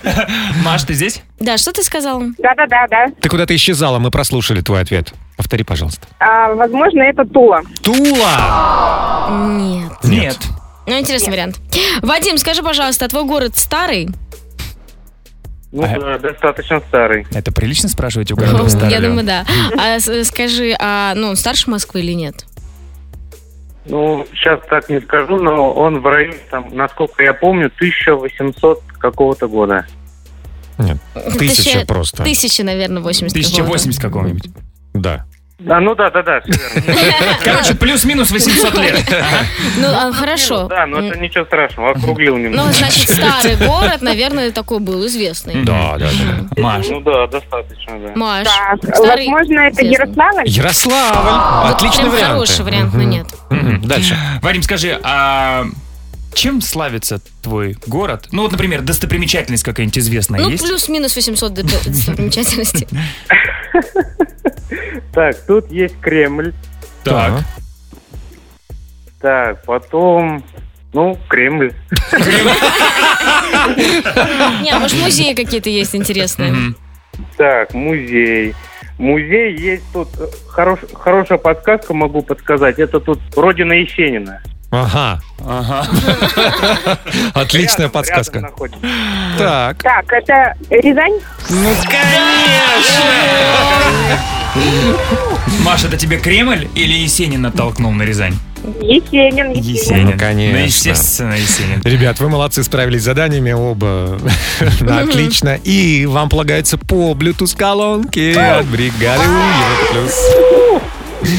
Маш, ты здесь?
Да, что ты сказал?
Да-да-да, да.
Ты куда-то исчезала, мы прослушали твой ответ. Повтори, пожалуйста.
А, возможно, это Тула.
Тула!
Нет.
Нет.
Ну, интересный вариант. Вадим, скажи, пожалуйста, а твой город старый?
Ну, да, достаточно старый.
Это прилично спрашивать у городов
Я думаю, да. А с- скажи, а ну, он старше Москвы или нет?
Ну, сейчас так не скажу, но он в районе, там, насколько я помню, 1800 какого-то года.
Тысяча просто.
Тысяча, наверное, 80
1080 какого-нибудь.
Да.
Да, ну да, да, да, всё верно.
Короче, плюс-минус 800 лет.
Ну, а, хорошо.
Да, но это ничего страшного, округлил немного.
Ну, значит, старый город, наверное, такой был известный.
Да, да, да.
Маш.
Ну да, достаточно, да.
Маш,
Так,
старый-
возможно, это Ярославль?
Ярославль.
А, Вот
Отличный
прям
вариант.
хороший вариант, но нет.
Дальше.
Вадим, скажи, а чем славится твой город? Ну, вот, например, достопримечательность какая-нибудь известная
Ну,
А есть?
плюс-минус 800 до- до- достопримечательностей.
Так, тут есть Кремль.
Так.
Так, потом... Ну, Кремль.
Не, а может, музеи какие-то есть интересные.
Так, музей. Музей есть тут... э, Хорош, хорошая подсказка могу подсказать. Это тут родина Есенина.
Ага. Ага. Отличная подсказка. Так.
Так, это Рязань?
Ну,
Маша, это тебе Кремль или Есенин натолкнул на Рязань?
Есенин.
Ну, конечно.
Ну, естественно, Есенин.
Ребят, вы молодцы, справились с заданиями оба. На Отлично. И вам полагается по Bluetooth колонки от бригады У Европа Плюс.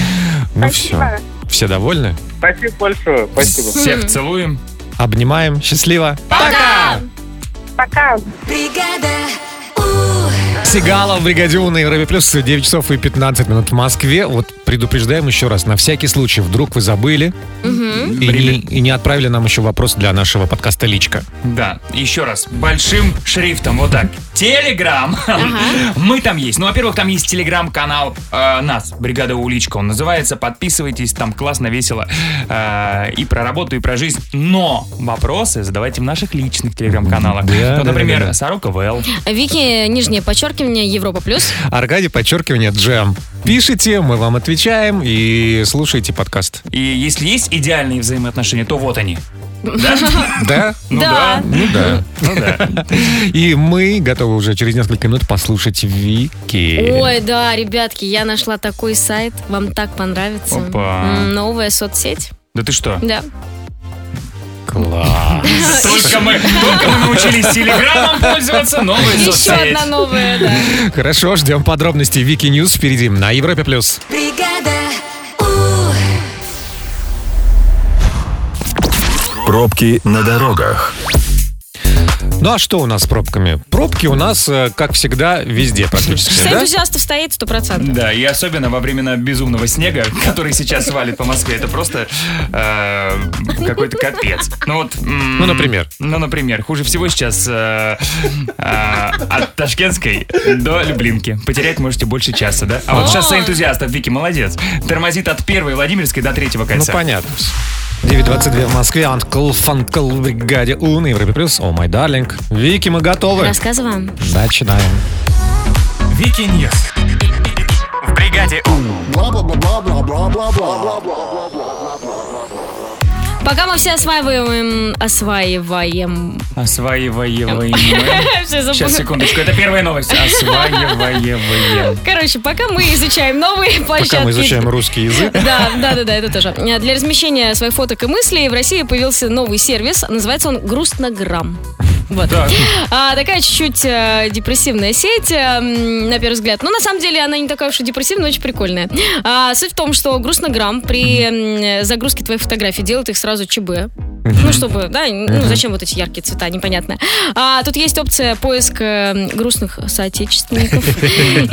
Ну все. Все довольны?
Спасибо большое. Спасибо.
Всех целуем.
Обнимаем. Счастливо.
Пока! Пока! Бригада!
Сигала в бригаде У на Европе Плюс 9 часов и 15 минут в Москве. Вот предупреждаем еще раз, на всякий случай, вдруг вы забыли
Мгм.
и не, и не отправили нам еще вопрос для нашего подкаста «Личка».
Да, еще раз, большим шрифтом, вот так. Телеграм. Мы там есть. Ну, во-первых, там есть телеграм-канал э, нас, бригада Уличка. Он называется. Подписывайтесь, там классно, весело. э, и про работу, и про жизнь. Но вопросы задавайте в наших личных телеграм-каналах.
Да,
ну,
да,
например,
да, да.
Сорока Вэл.
Вики, нижнее подчеркивание, Европа плюс.
Аркадий, подчеркивание, джем. Пишите, мы вам отвечаем и слушайте подкаст.
И если есть идеальные взаимоотношения, то вот они. Да?
Да?
Ну да.
Ну да.
Ну да.
И мы готовы уже через несколько минут послушать Вики.
Ой, да, ребятки, я нашла такой сайт, вам так понравится.
Опа.
М, Новая соцсеть.
Да ты что?
Да.
Класс.
Только мы, только мы научились телеграммом пользоваться, новая
Еще
соцсеть.
одна новая, да.
Хорошо, ждем подробностей Вики Ньюс впереди на Европе+. плюс.
Пробки на дорогах.
Ну а что у нас с пробками? Пробки у нас, э, как всегда, везде практически,
С
да?
энтузиастов стоит 100%.
Да, и особенно во времена безумного снега, который сейчас валит по Москве, это просто э, какой-то капец. Ну вот. Ну,
например.
Ну, например, хуже всего сейчас э, э, от Ташкентской до Люблинки. Потерять можете больше часа, да? А вот шоссе
Ой.
энтузиастов, Вики, молодец. Тормозит от первой Владимирской до третьего
Ну
кольца.
понятно. 9.22 в Москве, Анкл Фанкл в бригаде У на Европе Плюс. О май дарлинг. Вики, мы готовы.
Рассказываем.
Начинаем.
Вики Ньюс. В бригаде
Пока мы все осваиваем... Осваиваем...
Осваиваем.
Всё забыла.
Сейчас, секундочку, это первая новость. Осваиваем.
Короче, пока мы изучаем новые площадки...
Пока мы изучаем русский язык.
Да, да, да, да, это тоже. Э, Для размещения своих фоток и мыслей в России появился новый сервис. Называется он «Грустнограмм». Вот. А, такая чуть-чуть э, депрессивная сеть, э, м, на первый взгляд. Но на самом деле она не такая уж и депрессивная, очень прикольная. А, суть в том, что грустнограмм при м, загрузке твоих фотографий делает их сразу ЧБ. Ну, чтобы, да, ну,
Мгм.
зачем вот эти яркие цвета, непонятно. А, тут есть опция поиск э, грустных соотечественников.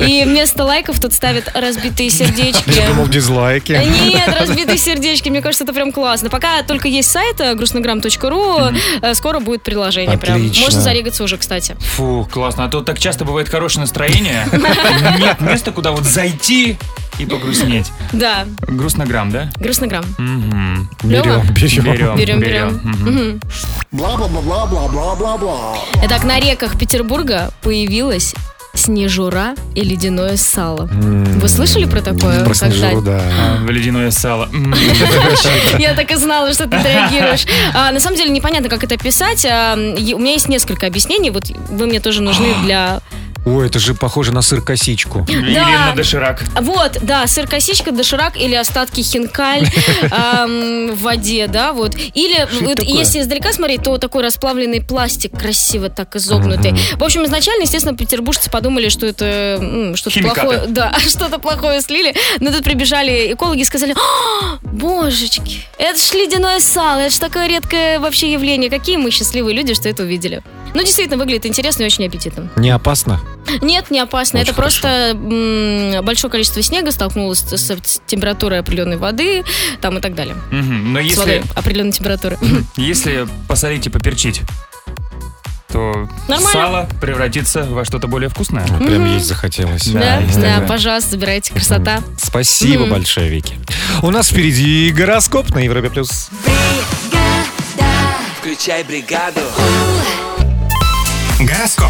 И вместо лайков тут ставят разбитые сердечки.
Я думал, дизлайки.
Э, Нет, разбитые сердечки, мне кажется, это прям классно. Пока только есть сайт э, грустнограмм.ру, э, скоро будет приложение прям.
Отлично.
Можно зарегаться уже, кстати.
Фу, классно. А то так часто бывает хорошее настроение. Нет места, куда вот зайти и погрустнеть.
Да,
Грустнограмм, да?
грустнограмм.
Мгм.
Клёво?
берем. Берем,
Берем,
берем.
берем. Мгм. Итак, на реках Петербурга появилась снежура и ледяное сало. Вы слышали про такое?
Про
когда-нибудь?
снежуру, да. А, Ледяное сало. М.
Я так и знала, что ты реагируешь. А, на самом деле непонятно, как это писать. А, и- у меня есть несколько объяснений. Вот вы мне тоже нужны для.
Ой, это же похоже на сыр-косичку.
Или Да. на
доширак.
Вот, да, сыр косичка, доширак или остатки хинкаль ам, в воде, да, вот. Или
Что это
вот
такое?
если издалека смотреть, то такой расплавленный пластик красиво так изогнутый.
Мгм.
В общем, изначально, естественно, петербуржцы подумали, что это м, что-то
Химикаты.
плохое, да, что-то плохое слили. Но тут прибежали экологи и сказали: «А, божечки, это ж ледяное сало, это ж такое редкое вообще явление. Какие мы счастливые люди, что это увидели. Ну, действительно, выглядит интересно и очень аппетитно.
Не опасно?
Нет, не опасно. это просто м, большое количество снега столкнулось с, с температурой определенной воды, там и так далее.
Мгм. Но
С водой
если,
определенной температуры.
если посолить и поперчить, то
Нормально.
сало превратится во что-то более вкусное.
Ну, Прям есть захотелось.
Да, да, пожалуйста, забирайте. Красота.
Спасибо
Мгм.
большое, Вики. У нас впереди гороскоп на Европе плюс.
Включай бригаду.
Гороскоп.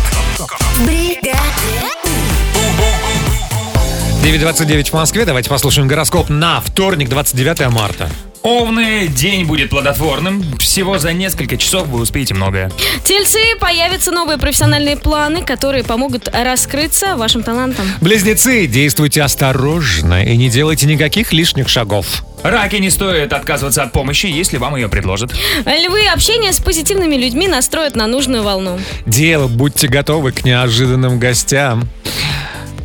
9.29 в Москве. Давайте послушаем гороскоп на вторник, 29 марта.
Овны, день будет плодотворным. Всего за несколько часов вы успеете многое.
Тельцы, появятся новые профессиональные планы, которые помогут раскрыться вашим талантам.
Близнецы, действуйте осторожно и не делайте никаких лишних шагов.
Раки не стоит отказываться от помощи, если вам ее предложат.
Львы, общение с позитивными людьми настроят на нужную волну.
Дело, будьте готовы к неожиданным гостям.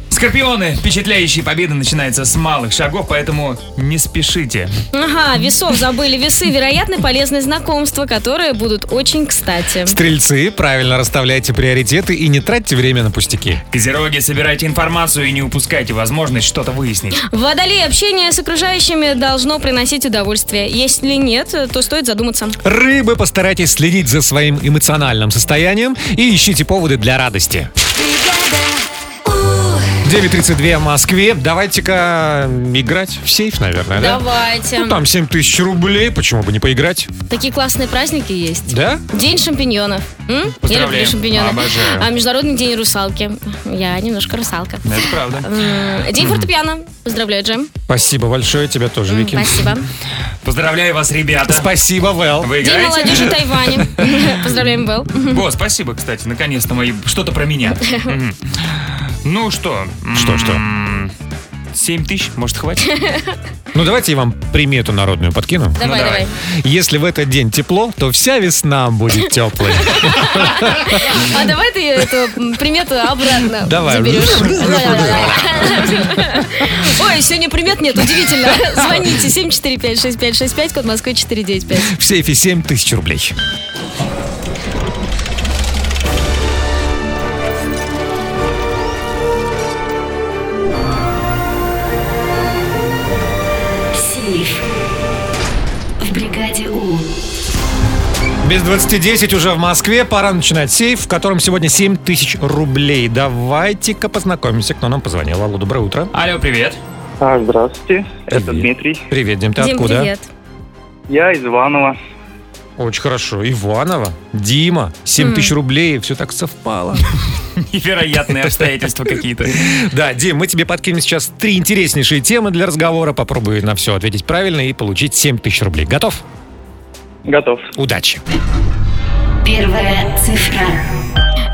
Скорпионы, впечатляющие победы начинаются с малых шагов, поэтому не спешите.
Ага, весов забыли весы, вероятно, полезные знакомства, которые будут очень кстати.
Стрельцы, правильно расставляйте приоритеты и не тратьте время на пустяки.
Козероги, собирайте информацию и не упускайте возможность что-то выяснить.
Водолей, общение с окружающими должно приносить удовольствие. Если нет, то стоит задуматься.
Рыбы, постарайтесь следить за своим эмоциональным состоянием и ищите поводы для радости. 9.32 в Москве. Давайте-ка играть в сейф, наверное, да?
Давайте.
Ну, там 7 тысяч рублей, почему бы не поиграть?
Такие классные праздники есть.
Да?
День шампиньонов. М? Я
Поздравляем.
люблю шампиньоны.
Обожаю.
А Международный день русалки. Я немножко русалка.
Это правда.
М, День фортепиано. Поздравляю, Джем.
Спасибо большое тебе тоже, Вики.
Спасибо.
Поздравляю вас, ребята.
Спасибо, Вэл.
Вы
День
играете?
молодежи Тайваня. Поздравляем, Белл.
Ну,
О, спасибо, кстати, наконец-то мои... Что-то про меня. Мгм. Ну что? Что, что? 7 тысяч, может, хватит?
Ну, давайте я вам примету народную подкину.
Давай, Ну, давай.
Если в этот день тепло, то вся весна будет теплой.
А давай ты эту м, примету обратно
Давай.
заберешь. Ой, сегодня примет нет, удивительно. Звоните 745-6565, код Москвы 495.
В сейфе 7 тысяч рублей.
Сейф. В бригаде У.
Без 20.10 уже в Москве. Пора начинать сейф, в котором сегодня 7 тысяч рублей. Давайте-ка познакомимся, кто нам позвонил. Алло, доброе утро.
Алло, привет.
А,
здравствуйте, это Дмитрий. Привет, Дим, ты
Дим,
откуда?
привет.
Я из Иванова. Очень хорошо. Иванова, Дима, 7
М.
тысяч рублей, все так совпало.
Невероятные обстоятельства какие-то.
Да, Дим, мы тебе подкинем сейчас три интереснейшие темы для разговора. Попробуй на все ответить правильно и получить 7 тысяч рублей. Готов? Готов. Удачи.
Первая цифра.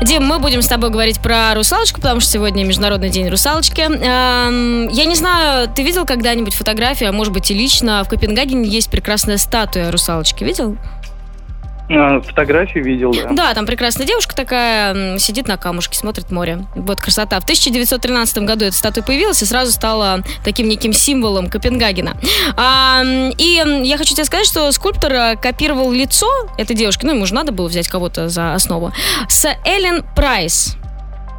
Дим, мы будем с тобой говорить про русалочку, потому что сегодня Международный день русалочки. Эм, Я не знаю, ты видел когда-нибудь фотографию, а может быть и лично, в Копенгагене есть прекрасная статуя русалочки. Видел?
А, Фотографии видел, да.
Да, там прекрасная девушка такая м, сидит на камушке, смотрит море. Вот красота. В 1913 году эта статуя появилась и сразу стала таким неким символом Копенгагена. А, м, и м, я хочу тебе сказать, что скульптор э, копировал лицо этой девушки, ну ему же надо было взять кого-то за основу, с Эллен Прайс.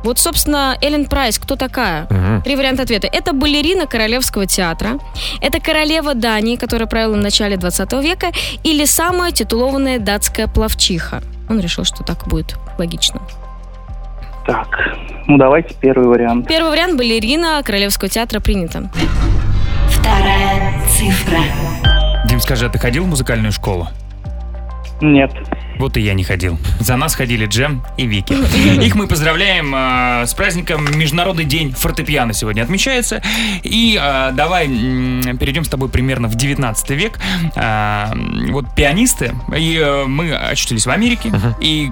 Вот, собственно, Эллен Прайс, кто такая?
Мгм.
Три варианта ответа. Это балерина Королевского театра, это королева Дании, которая правила в начале 20 века, или самая титулованная датская плавчиха. Он решил, что так будет логично.
Ну, давайте первый вариант.
Первый вариант – балерина Королевского театра принято.
Вторая цифра.
Дим, скажи, а ты ходил в музыкальную школу? Нет. Вот и я не ходил. За нас ходили Джем и Вики. Их мы поздравляем э, с праздником Международный день фортепиано сегодня отмечается. И э, давай м, перейдем с тобой примерно в 19 век. Э, вот пианисты, и э, мы очутились в Америке, и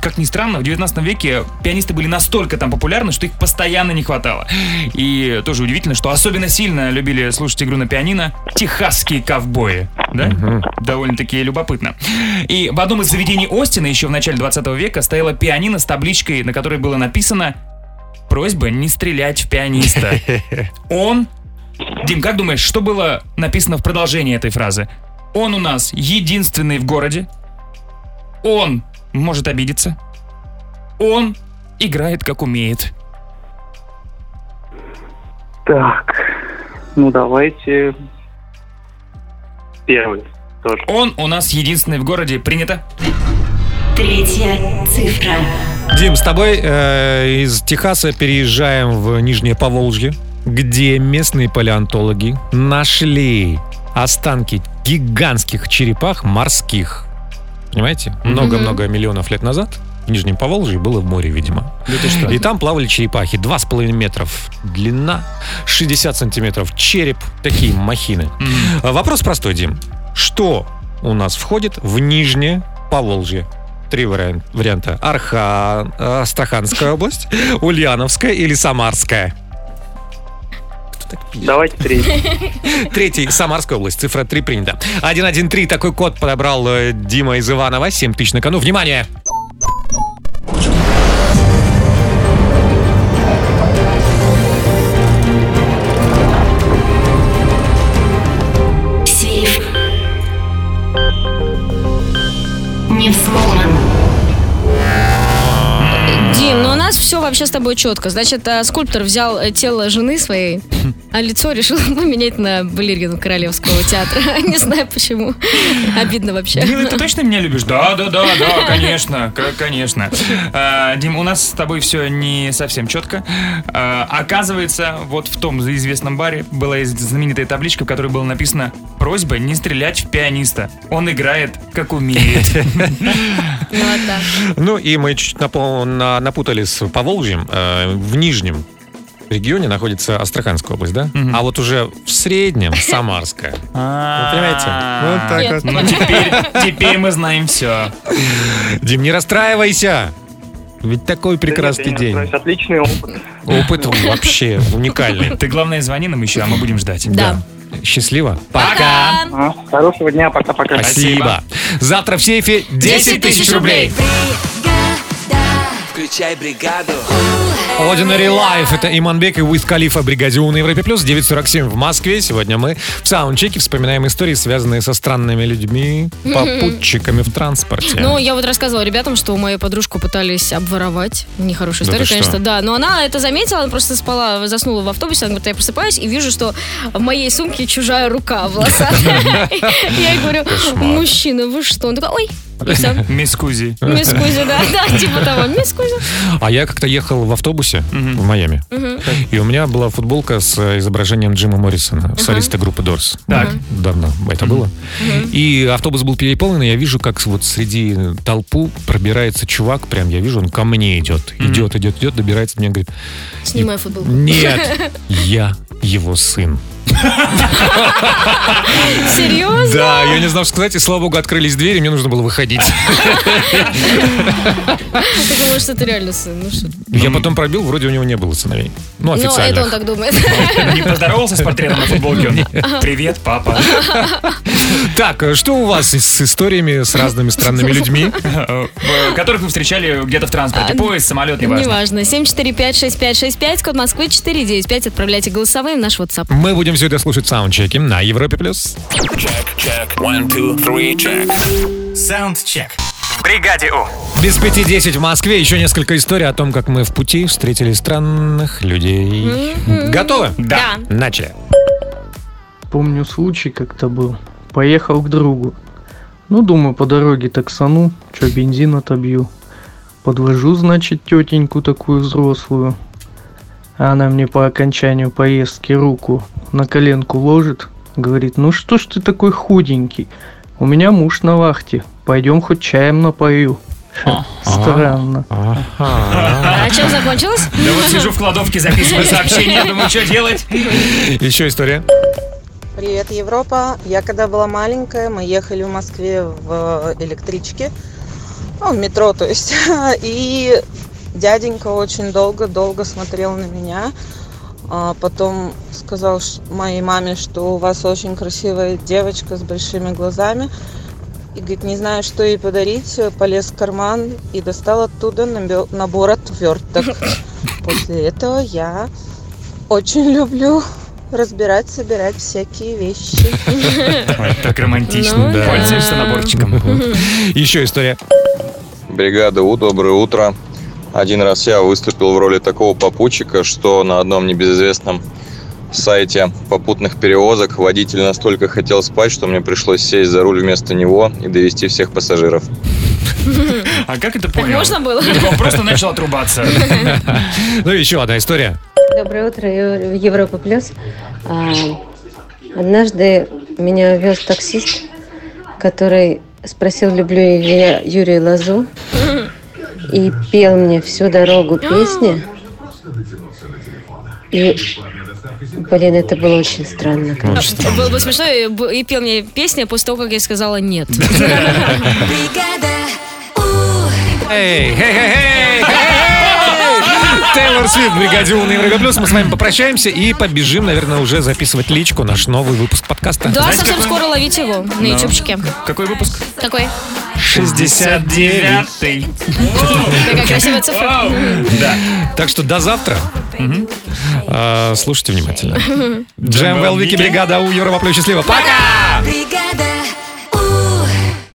как ни странно, в 19 веке пианисты были настолько там популярны, что их постоянно не хватало. И тоже удивительно, что особенно сильно любили слушать игру на пианино техасские ковбои. Да? Довольно-таки любопытно. И в одном из заведений Остина еще в начале 20 века стояла пианино с табличкой, на которой было написано «Просьба не стрелять в пианиста». Он... Дим, как думаешь, что было написано в продолжении этой фразы? Он у нас единственный в городе, он может обидеться. Он играет как умеет.
Так, ну давайте первый тоже.
Он у нас единственный в городе. Принято?
Третья цифра.
Дим, с тобой э, из Техаса переезжаем в Нижнее Поволжье, где местные палеонтологи нашли останки гигантских черепах морских. Понимаете? Много-много миллионов лет назад в Нижнем Поволжье было в море, видимо. И там плавали черепахи. 2,5 метров длина, 60 сантиметров череп. Такие махины. А Вопрос простой, Дим. Что у нас входит в Нижнее Поволжье? Три вариан- варианта. Архан, э, Астраханская область, Ульяновская или Самарская?
Давайте третий.
Третий, Самарская область, цифра 3 принята. 113, такой код подобрал э, Дима из Иванова, 7 тысяч на кону. Внимание!
Сейф. Не взломан.
Дим, ну у нас все вообще с тобой четко. Значит, э, скульптор взял э, тело жены своей, а лицо решил поменять на балерину Королевского театра. Не знаю почему. Обидно вообще.
Мила, ты точно меня любишь? Да, да, да, да, конечно, к- конечно. А, Дим, у нас с тобой все не совсем четко. А, оказывается, вот в том известном баре была из- знаменитая табличка, в которой было написано «Просьба не стрелять в пианиста. Он играет, как умеет».
а
Ну и мы чуть напо- на- напутали с Поволжьем. Э, В Нижнем регионе находится Астраханская область, да? А вот уже в Среднем Самарская. Вы понимаете? Вот так вот.
А, Ну, теперь, теперь мы знаем все.
Дим, не расстраивайся! Ведь такой прекрасный день.
Отличный опыт.
Опыт вообще уникальный.
Ты, главное, звони нам еще, а мы будем ждать.
Да.
Счастливо.
Пока. Хорошего дня, пока-пока.
Спасибо. Завтра в сейфе 10 тысяч рублей.
Включай бригаду.
Ordinary Life. Это Иманбек и Уиз Калифа Бригадион на Европе Плюс. 9.47 в Москве. Сегодня мы в саундчеке вспоминаем истории, связанные со странными людьми, попутчиками в транспорте.
Ну, я вот рассказывала ребятам, что мою подружку пытались обворовать. Нехорошая
Да
история,
Ну, ты
конечно,
что?
да. Но она это заметила, она просто спала, заснула в автобусе. Она говорит, я просыпаюсь и вижу, что в моей сумке чужая рука в волосах. Я ей говорю, мужчина, вы что? Он такой, ой,
Мисс Кузи.
мисс Кузя, да, да, типа того, мисс Кузя.
А я как-то ехал в автобусе в Майами.
Мгм.
И у меня была футболка с э, изображением Джима Моррисона, солиста группы Дорс.
Так.
Давно это было. И автобус был переполнен, и я вижу, как вот среди толпу пробирается чувак, прям я вижу, он ко мне идет. Идет, идет, идет, добирается до меня, говорит,
Снимай футболку.
нет, я его сын.
Серьезно?
Да, я не знал, что сказать, и слава богу, открылись двери, мне нужно было выходить.
Ты думаешь, что это реально сын? Ну, что?
Я потом пробил, вроде у него не было сыновей. Ну,
Ну, это он
официально.
так думает.
Не поздоровался с портретом на футболке? Он, Привет, папа.
Так, э, что у вас с с историями с разными странными людьми?
Э, Которых вы встречали где-то в транспорте.
А,
Поезд, самолет, неважно.
Неважно. 745-6565, код Москвы 495. Отправляйте голосовые в наш WhatsApp.
Мы будем все это слушать в саундчеке на Европе+. плюс.
Check one two three check.
Саундчек. В бригаде У.
Без пяти десять в Москве. Еще несколько историй о том, как мы в пути встретили странных людей.
Мгм.
Готовы?
Да.
Начали.
Помню случай как-то был. Поехал к другу. Ну, думаю, по дороге таксану, чё бензин отобью. Подвожу, значит, тетеньку такую взрослую. А Она мне по окончанию поездки руку на коленку ложит. Говорит, ну что ж ты такой худенький? У меня муж на вахте. Пойдем хоть чаем напою. Странно.
А чем закончилось?
Да вот сижу в кладовке, записываю сообщение, думаю, что делать?
Еще история.
Привет, Европа. Я когда была маленькая, мы ехали в Москве в э, электричке, ну, в метро, то есть. И дяденька очень долго-долго смотрел на меня. А потом сказал ш- моей маме, что у вас очень красивая девочка с большими глазами. И говорит, не знаю, что ей подарить. Полез в карман и достал оттуда набё- набор отверток. После этого я очень люблю разбирать, собирать всякие вещи.
Ой, Так романтично.
Ну да.
Пользуешься наборчиком.
Еще история.
Бригада У, доброе утро. Один раз я выступил в роли такого попутчика, что на одном небезызвестном сайте попутных перевозок водитель настолько хотел спать, что мне пришлось сесть за руль вместо него и довести всех пассажиров.
А как это
Так
понял?
можно было?
Он просто начал отрубаться.
Ну, еще одна история.
Доброе утро, Ев- Европа Плюс. А, Однажды меня вез таксист, который спросил, люблю ли я Юрия Лазу, и пел мне всю дорогу песни. И, блин, это было очень странно. конечно.
Было бы смешно, и б- и пел мне песни после того, как я сказала нет.
Эй, хей, хей, хей, хей. Тейлор Свифт, Бригадир на Европе Плюс. Мы с вами попрощаемся и побежим, наверное, уже записывать личку, наш новый выпуск подкаста.
Да, совсем скоро ловите его на
Да.
ютубчике.
Какой выпуск?
Какой?
69-й.
Какая красивая цифра.
Да.
Так что до завтра. А, Слушайте внимательно.
Мгм.
Джем Вики, Бригада У, Юра Воплю. Счастливо. Пока!
Бригада!